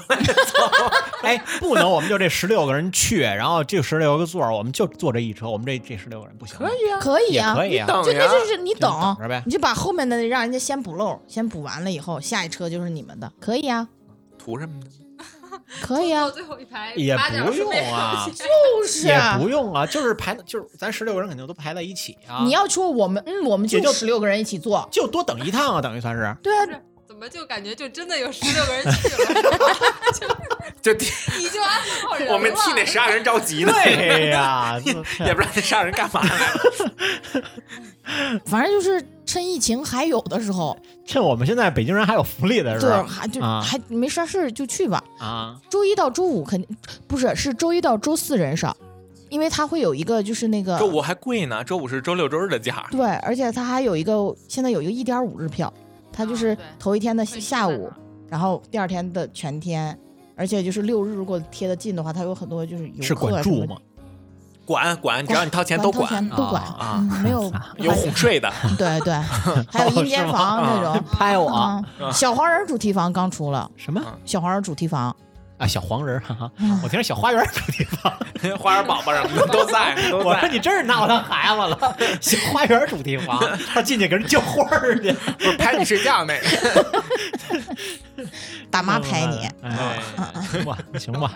Speaker 2: 哎，不能，我们就这十六个人去，然后这十六个座儿，我们就坐这一车，我们这这十六个人不行吗，
Speaker 3: 以啊，
Speaker 4: 可以
Speaker 2: 也
Speaker 4: 啊，
Speaker 2: 可以啊，
Speaker 3: 等
Speaker 4: 就
Speaker 3: 呀
Speaker 4: 那，就是你等，
Speaker 2: 等着呗
Speaker 4: 你就把后面的让人家先补漏，先补完了以后，下一车就是你们的，可以啊，
Speaker 3: 图什么呢？
Speaker 4: 可以啊
Speaker 1: 到，最后一排
Speaker 2: 也
Speaker 1: 八角
Speaker 2: 不
Speaker 1: 是
Speaker 2: 用
Speaker 1: 没有
Speaker 2: 啊
Speaker 1: 去
Speaker 4: 就是
Speaker 2: 也
Speaker 4: 啊
Speaker 2: 不用啊，就是排，就是咱十六个人肯定都排在一起啊，
Speaker 4: 你要说我们，嗯，我们
Speaker 2: 也就
Speaker 4: 就十六个人一起坐，
Speaker 2: 就多等一趟啊，等于算 是。
Speaker 4: 对啊，
Speaker 1: 是 怎么就感觉就真的有十六个人去了？
Speaker 3: 就替
Speaker 1: 你就安排好人了。
Speaker 3: 我们替那十二人着急呢，
Speaker 2: 对哎呀，
Speaker 3: 也不知道那十二人干嘛来了。
Speaker 4: 反正就是趁疫情还有的时候，
Speaker 2: 趁我们现在北京人还有福利的
Speaker 4: 对
Speaker 2: 时候，
Speaker 4: 还就、
Speaker 2: 啊
Speaker 4: 还没啥事儿就去吧。
Speaker 2: 啊，
Speaker 4: 周一到周五肯定不是，是周一到周四人少，因为他会有一个就是那个
Speaker 3: 周五还贵呢，周五是周六周日的价，
Speaker 4: 对，而且他还有一个现在有一个一点五日票，他就
Speaker 6: 啊
Speaker 4: 是
Speaker 6: 对
Speaker 4: 头一天的
Speaker 6: 会
Speaker 4: 下
Speaker 6: 分
Speaker 4: 午
Speaker 6: 啊，
Speaker 4: 然后第二天的全天，而且就是六日如果贴得近的话，他有很多就是游
Speaker 2: 是
Speaker 4: 客啊
Speaker 2: 管
Speaker 4: 什么
Speaker 2: 住
Speaker 4: 的
Speaker 2: 吗？？
Speaker 3: 管管，只要你掏钱
Speaker 4: 管
Speaker 3: 都
Speaker 4: 掏钱
Speaker 3: 管，
Speaker 4: 都管
Speaker 2: 啊
Speaker 3: 啊
Speaker 4: 嗯没有
Speaker 3: 有
Speaker 4: 还
Speaker 3: 哄睡 的，
Speaker 4: 对 对，还有阴间房那种。
Speaker 2: 拍我哦啊
Speaker 4: 啊，小黄人主题房刚出了，
Speaker 2: 什么
Speaker 4: 小黄人主题房，
Speaker 2: 啊？小黄人儿，哈哈，
Speaker 4: 嗯
Speaker 2: 我听着小花园儿主题房，
Speaker 3: 花儿宝宝什么的都 在，都
Speaker 2: 我说
Speaker 3: 在。
Speaker 2: 你真是拿我当孩子了，小花园儿主题房，他进去给人浇花儿去，
Speaker 3: 不是拍你睡觉那个，
Speaker 4: 大
Speaker 3: 嗯
Speaker 4: 妈拍你，
Speaker 2: 哎，行 吧，行吧，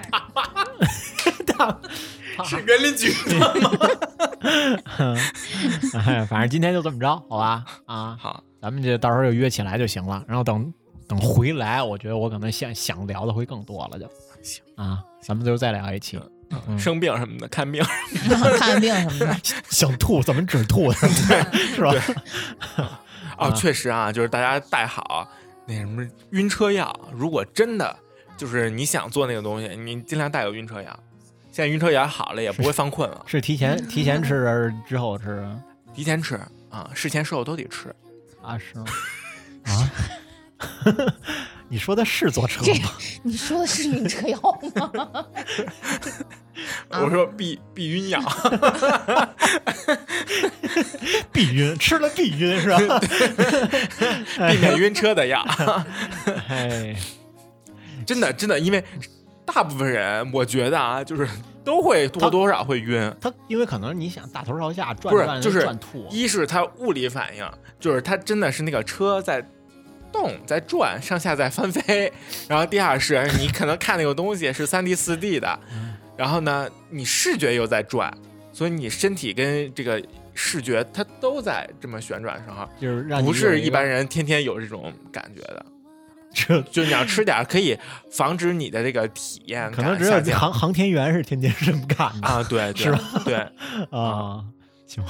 Speaker 3: 是园林局的。
Speaker 2: 哎，反正今天就这么着，好吧？啊，
Speaker 3: 好，
Speaker 2: 咱们就到时候就约起来就行了。然后等等回来，我觉得我可能想想聊的会更多了，就
Speaker 3: 行
Speaker 2: 啊，咱们就再聊一期。
Speaker 4: 嗯
Speaker 3: 生病什么的，看病。
Speaker 4: 看病什么 的，
Speaker 2: 想吐怎么止吐， 是吧？
Speaker 3: 哦，确实啊，就是大家带好那什么晕车药。如果真的就是你想做那个东西，你尽量带有晕车药。现在晕车药好了，也不会犯困 了。
Speaker 2: 是提前提前吃还是之后吃啊
Speaker 3: 提前吃啊，事前事后都得吃。
Speaker 2: 啊？是 吗？啊？ 你说的是坐车
Speaker 4: 这
Speaker 2: 吗？
Speaker 4: 你说的是晕车药 吗？啊
Speaker 3: 我说避避晕 药，
Speaker 2: 必晕，吃了必晕是 吧？
Speaker 3: 避免晕车的药。
Speaker 2: 哎，
Speaker 3: 真的真的，因为大部分人我觉得啊，就是都会多
Speaker 2: 他
Speaker 3: 多少会晕。
Speaker 2: 他因为可能你想大头朝下转
Speaker 3: 不是
Speaker 2: 转
Speaker 3: 就是
Speaker 2: 转吐，
Speaker 3: 一是它物理反应，就是它真的是那个车在动、在转、上下在翻飞。然后第二是哎你可能看那个东西是三 D、四 D 的，
Speaker 2: 嗯
Speaker 3: 然后呢，你视觉又在转，所以你身体跟这个视觉它都在这么旋转的时候，
Speaker 2: 就是让你
Speaker 3: 不
Speaker 2: 有
Speaker 3: 是
Speaker 2: 个
Speaker 3: 一般人天天有这种感觉的。
Speaker 2: 这
Speaker 3: 就你要吃点儿，可以防止你的这个体验
Speaker 2: 可能
Speaker 3: 感
Speaker 2: 只
Speaker 3: 下
Speaker 2: 有
Speaker 3: 降
Speaker 2: 航 航天员是天天这么干的
Speaker 3: 啊，对，对
Speaker 2: 是吧？
Speaker 3: 对，
Speaker 2: 啊。行，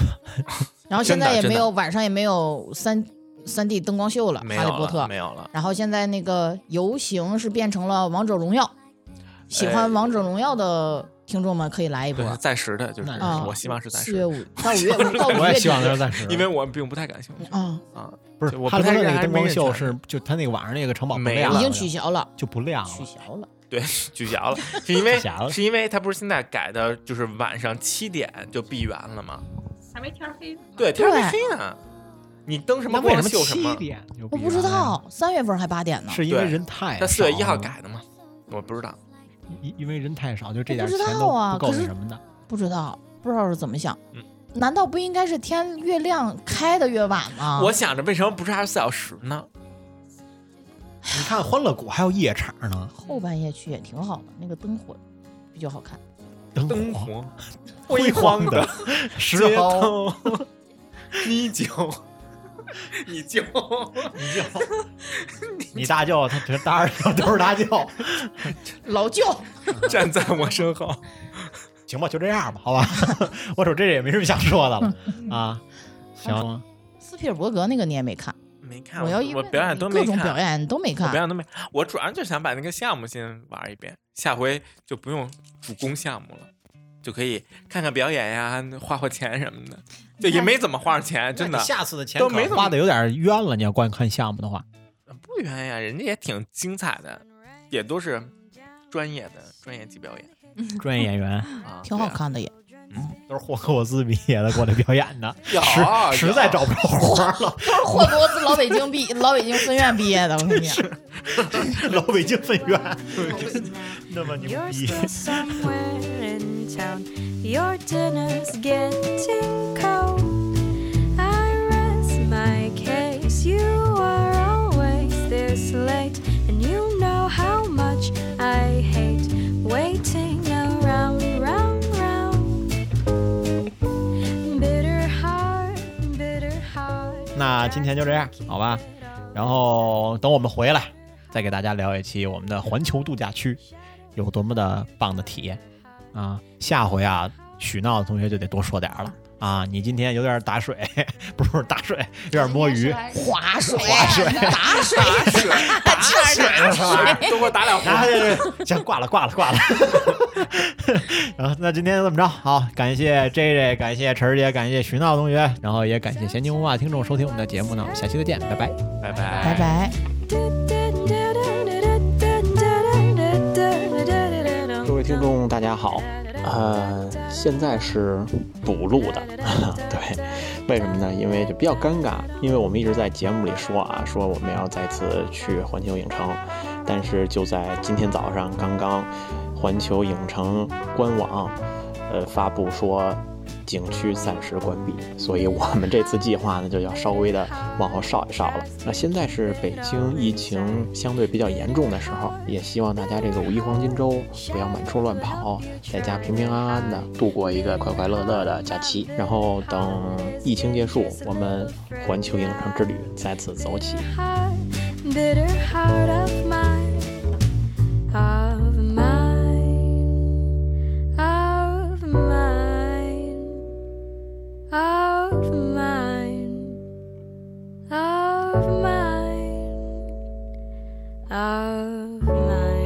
Speaker 4: 然后
Speaker 3: 真
Speaker 4: 现
Speaker 3: 的
Speaker 4: 在也
Speaker 3: 真
Speaker 4: 没
Speaker 3: 的
Speaker 4: 有晚上也没有三三 D 灯光秀了，
Speaker 3: 没
Speaker 4: 哈利
Speaker 3: 有
Speaker 4: 波特
Speaker 3: 了，没有了。
Speaker 4: 然后现在那个游行是变成了王者荣耀，
Speaker 3: 哎
Speaker 4: 喜欢王者荣耀的听众们可以来一波
Speaker 3: 对，。暂时的，就是
Speaker 2: 那
Speaker 4: 啊，
Speaker 3: 我希望是暂
Speaker 4: 四
Speaker 3: 时
Speaker 4: 月
Speaker 3: 的，
Speaker 4: 五到五 月五到五
Speaker 2: 我
Speaker 4: 月
Speaker 2: 也
Speaker 4: 底
Speaker 2: 希，望他是暂时的，
Speaker 3: 因为我并不太感兴趣
Speaker 4: 啊，
Speaker 3: 啊。
Speaker 2: 不是
Speaker 3: 就我
Speaker 2: 哈利
Speaker 3: 不
Speaker 2: 波
Speaker 3: 太
Speaker 2: 特那
Speaker 3: 认
Speaker 2: 个
Speaker 3: 还
Speaker 2: 灯
Speaker 3: 没
Speaker 2: 光
Speaker 3: 认
Speaker 2: 秀
Speaker 3: 全
Speaker 2: 是就他那个晚上那个城堡不
Speaker 3: 没
Speaker 2: 亮
Speaker 3: 了
Speaker 2: 了
Speaker 4: 已经
Speaker 2: 就
Speaker 4: 取消了，
Speaker 2: 就不
Speaker 3: 啊
Speaker 2: 亮了，
Speaker 4: 取消了。
Speaker 3: 对， 取 消了，是因为
Speaker 2: 取消了
Speaker 3: 是因为他不是现在改的，就是晚上七点就闭园了吗？
Speaker 1: 还没天儿黑呢。
Speaker 3: 对，天还没
Speaker 4: 对
Speaker 3: 黑呢，你灯什
Speaker 2: 那
Speaker 3: 么
Speaker 2: 为什
Speaker 3: 光
Speaker 2: 么
Speaker 3: 秀什
Speaker 2: 七
Speaker 3: 么？
Speaker 2: 点就
Speaker 4: 我
Speaker 2: 闭
Speaker 4: 不知
Speaker 2: 园了呀，
Speaker 3: 啊
Speaker 4: 道，三月份还八点呢，
Speaker 2: 是因为
Speaker 3: 对
Speaker 2: 人太
Speaker 3: 他四月
Speaker 2: 少
Speaker 3: 一号
Speaker 2: 了
Speaker 3: 改的吗？我不知道，
Speaker 2: 因因为人太少，就这
Speaker 4: 我
Speaker 2: 点
Speaker 4: 不知
Speaker 2: 钱
Speaker 4: 道
Speaker 2: 都
Speaker 4: 啊
Speaker 2: 不够
Speaker 4: 可
Speaker 2: 那
Speaker 4: 是
Speaker 2: 什么的。
Speaker 4: 不知道，不知道是怎么想
Speaker 3: 嗯。
Speaker 4: 难道不应该是天越亮开的越晚
Speaker 2: 啊
Speaker 4: 吗？
Speaker 3: 我想着为什么不是二十四小时呢？
Speaker 2: 你看欢乐谷还有夜场呢，
Speaker 4: 后半夜去也挺好的，那个灯火比较好看。
Speaker 2: 灯
Speaker 3: 灯
Speaker 2: 火
Speaker 3: 火
Speaker 2: 辉煌的石
Speaker 3: 街
Speaker 2: 头，
Speaker 3: 头，你就 你就
Speaker 2: 你舅， 你大舅，他这大二舅都是大舅，
Speaker 4: 老舅，
Speaker 3: 站在我身后，
Speaker 2: 行吧，就这样吧，好 吧，我瞅这也没什么想说的了
Speaker 3: 嗯
Speaker 2: 啊，行吗？
Speaker 4: 斯皮尔伯格那个你也没看，
Speaker 3: 没看
Speaker 4: 啊我要因
Speaker 3: 我
Speaker 4: 为
Speaker 3: 表演
Speaker 4: 你
Speaker 3: 都
Speaker 4: 各
Speaker 3: 没
Speaker 4: 种表
Speaker 3: 看，
Speaker 4: 演都没
Speaker 3: 我
Speaker 4: 看
Speaker 3: 表，演都没，我主要就想把那个项目先玩一遍，下回就不用主攻项目了。就可以看看表演呀，花花钱什么的，就也没怎么花钱，真的
Speaker 2: 那
Speaker 3: 啊
Speaker 2: 你下次的钱
Speaker 3: 都
Speaker 2: 可
Speaker 3: 没怎么
Speaker 2: 花的有点冤了，你要光看项目的话，
Speaker 3: 不冤呀，人家也挺精彩的，也都是专业的专业级表演
Speaker 2: 专业演员
Speaker 3: 啊，
Speaker 4: 嗯挺
Speaker 3: 对啊。
Speaker 4: 好看的也。
Speaker 2: 都是霍格沃兹毕业的过来表演 的，
Speaker 3: 有啊
Speaker 2: 实实在
Speaker 3: 有
Speaker 2: 找不着活儿了，
Speaker 4: 都是 霍格沃兹老北京毕老北京分院毕业的，我跟你讲，
Speaker 2: 老北京分院 那么牛
Speaker 7: You're
Speaker 2: 逼。
Speaker 7: still somewhere in town. Your dinner's getting cold. I rest my case. You are always this late, and you know how much I hate waiting around, round, round. Bitter heart, bitter heart.
Speaker 2: 那今天就这样，好吧？然后等我们回来，再给大家聊一期我们的环球度假区有多么的棒的体验啊！下回啊，许闹的同学就得多说点儿了啊！你今天有点打水， 不是打水，有点 摸鱼，
Speaker 4: 划水、 打水、打
Speaker 3: 啊
Speaker 4: 水、打水。
Speaker 3: 都给我打两
Speaker 2: 啊，
Speaker 3: 壶。
Speaker 2: 对对，行，挂了，挂了， 挂了。然后那今天就这么着，好，感谢 J J，感谢晨儿姐，感谢徐闹同学，然后也感谢闲情文化听众收听我们的节目呢，我们下期再见，拜拜。
Speaker 3: 拜拜
Speaker 4: 拜拜。
Speaker 8: 各位听众，大家好。呃，现在是补录的， 对，为什么呢？因为就比较尴尬，因为我们一直在节目里说啊，说我们要再次去环球影城，但是就在今天早上，刚刚环球影城官网呃发布说景区暂时关闭，所以我们这次计划呢就要稍微的往后稍一稍了。那现在是北京疫情相对比较严重的时候，也希望大家这个五一黄金周不要满处乱跑，在家平平安安的度过一个快快乐乐的假期。然后等疫情结束，我们环球影城之旅再次走起。
Speaker 7: Bitter heart of mine, of mine, of mine, of mine, of mine, of mine.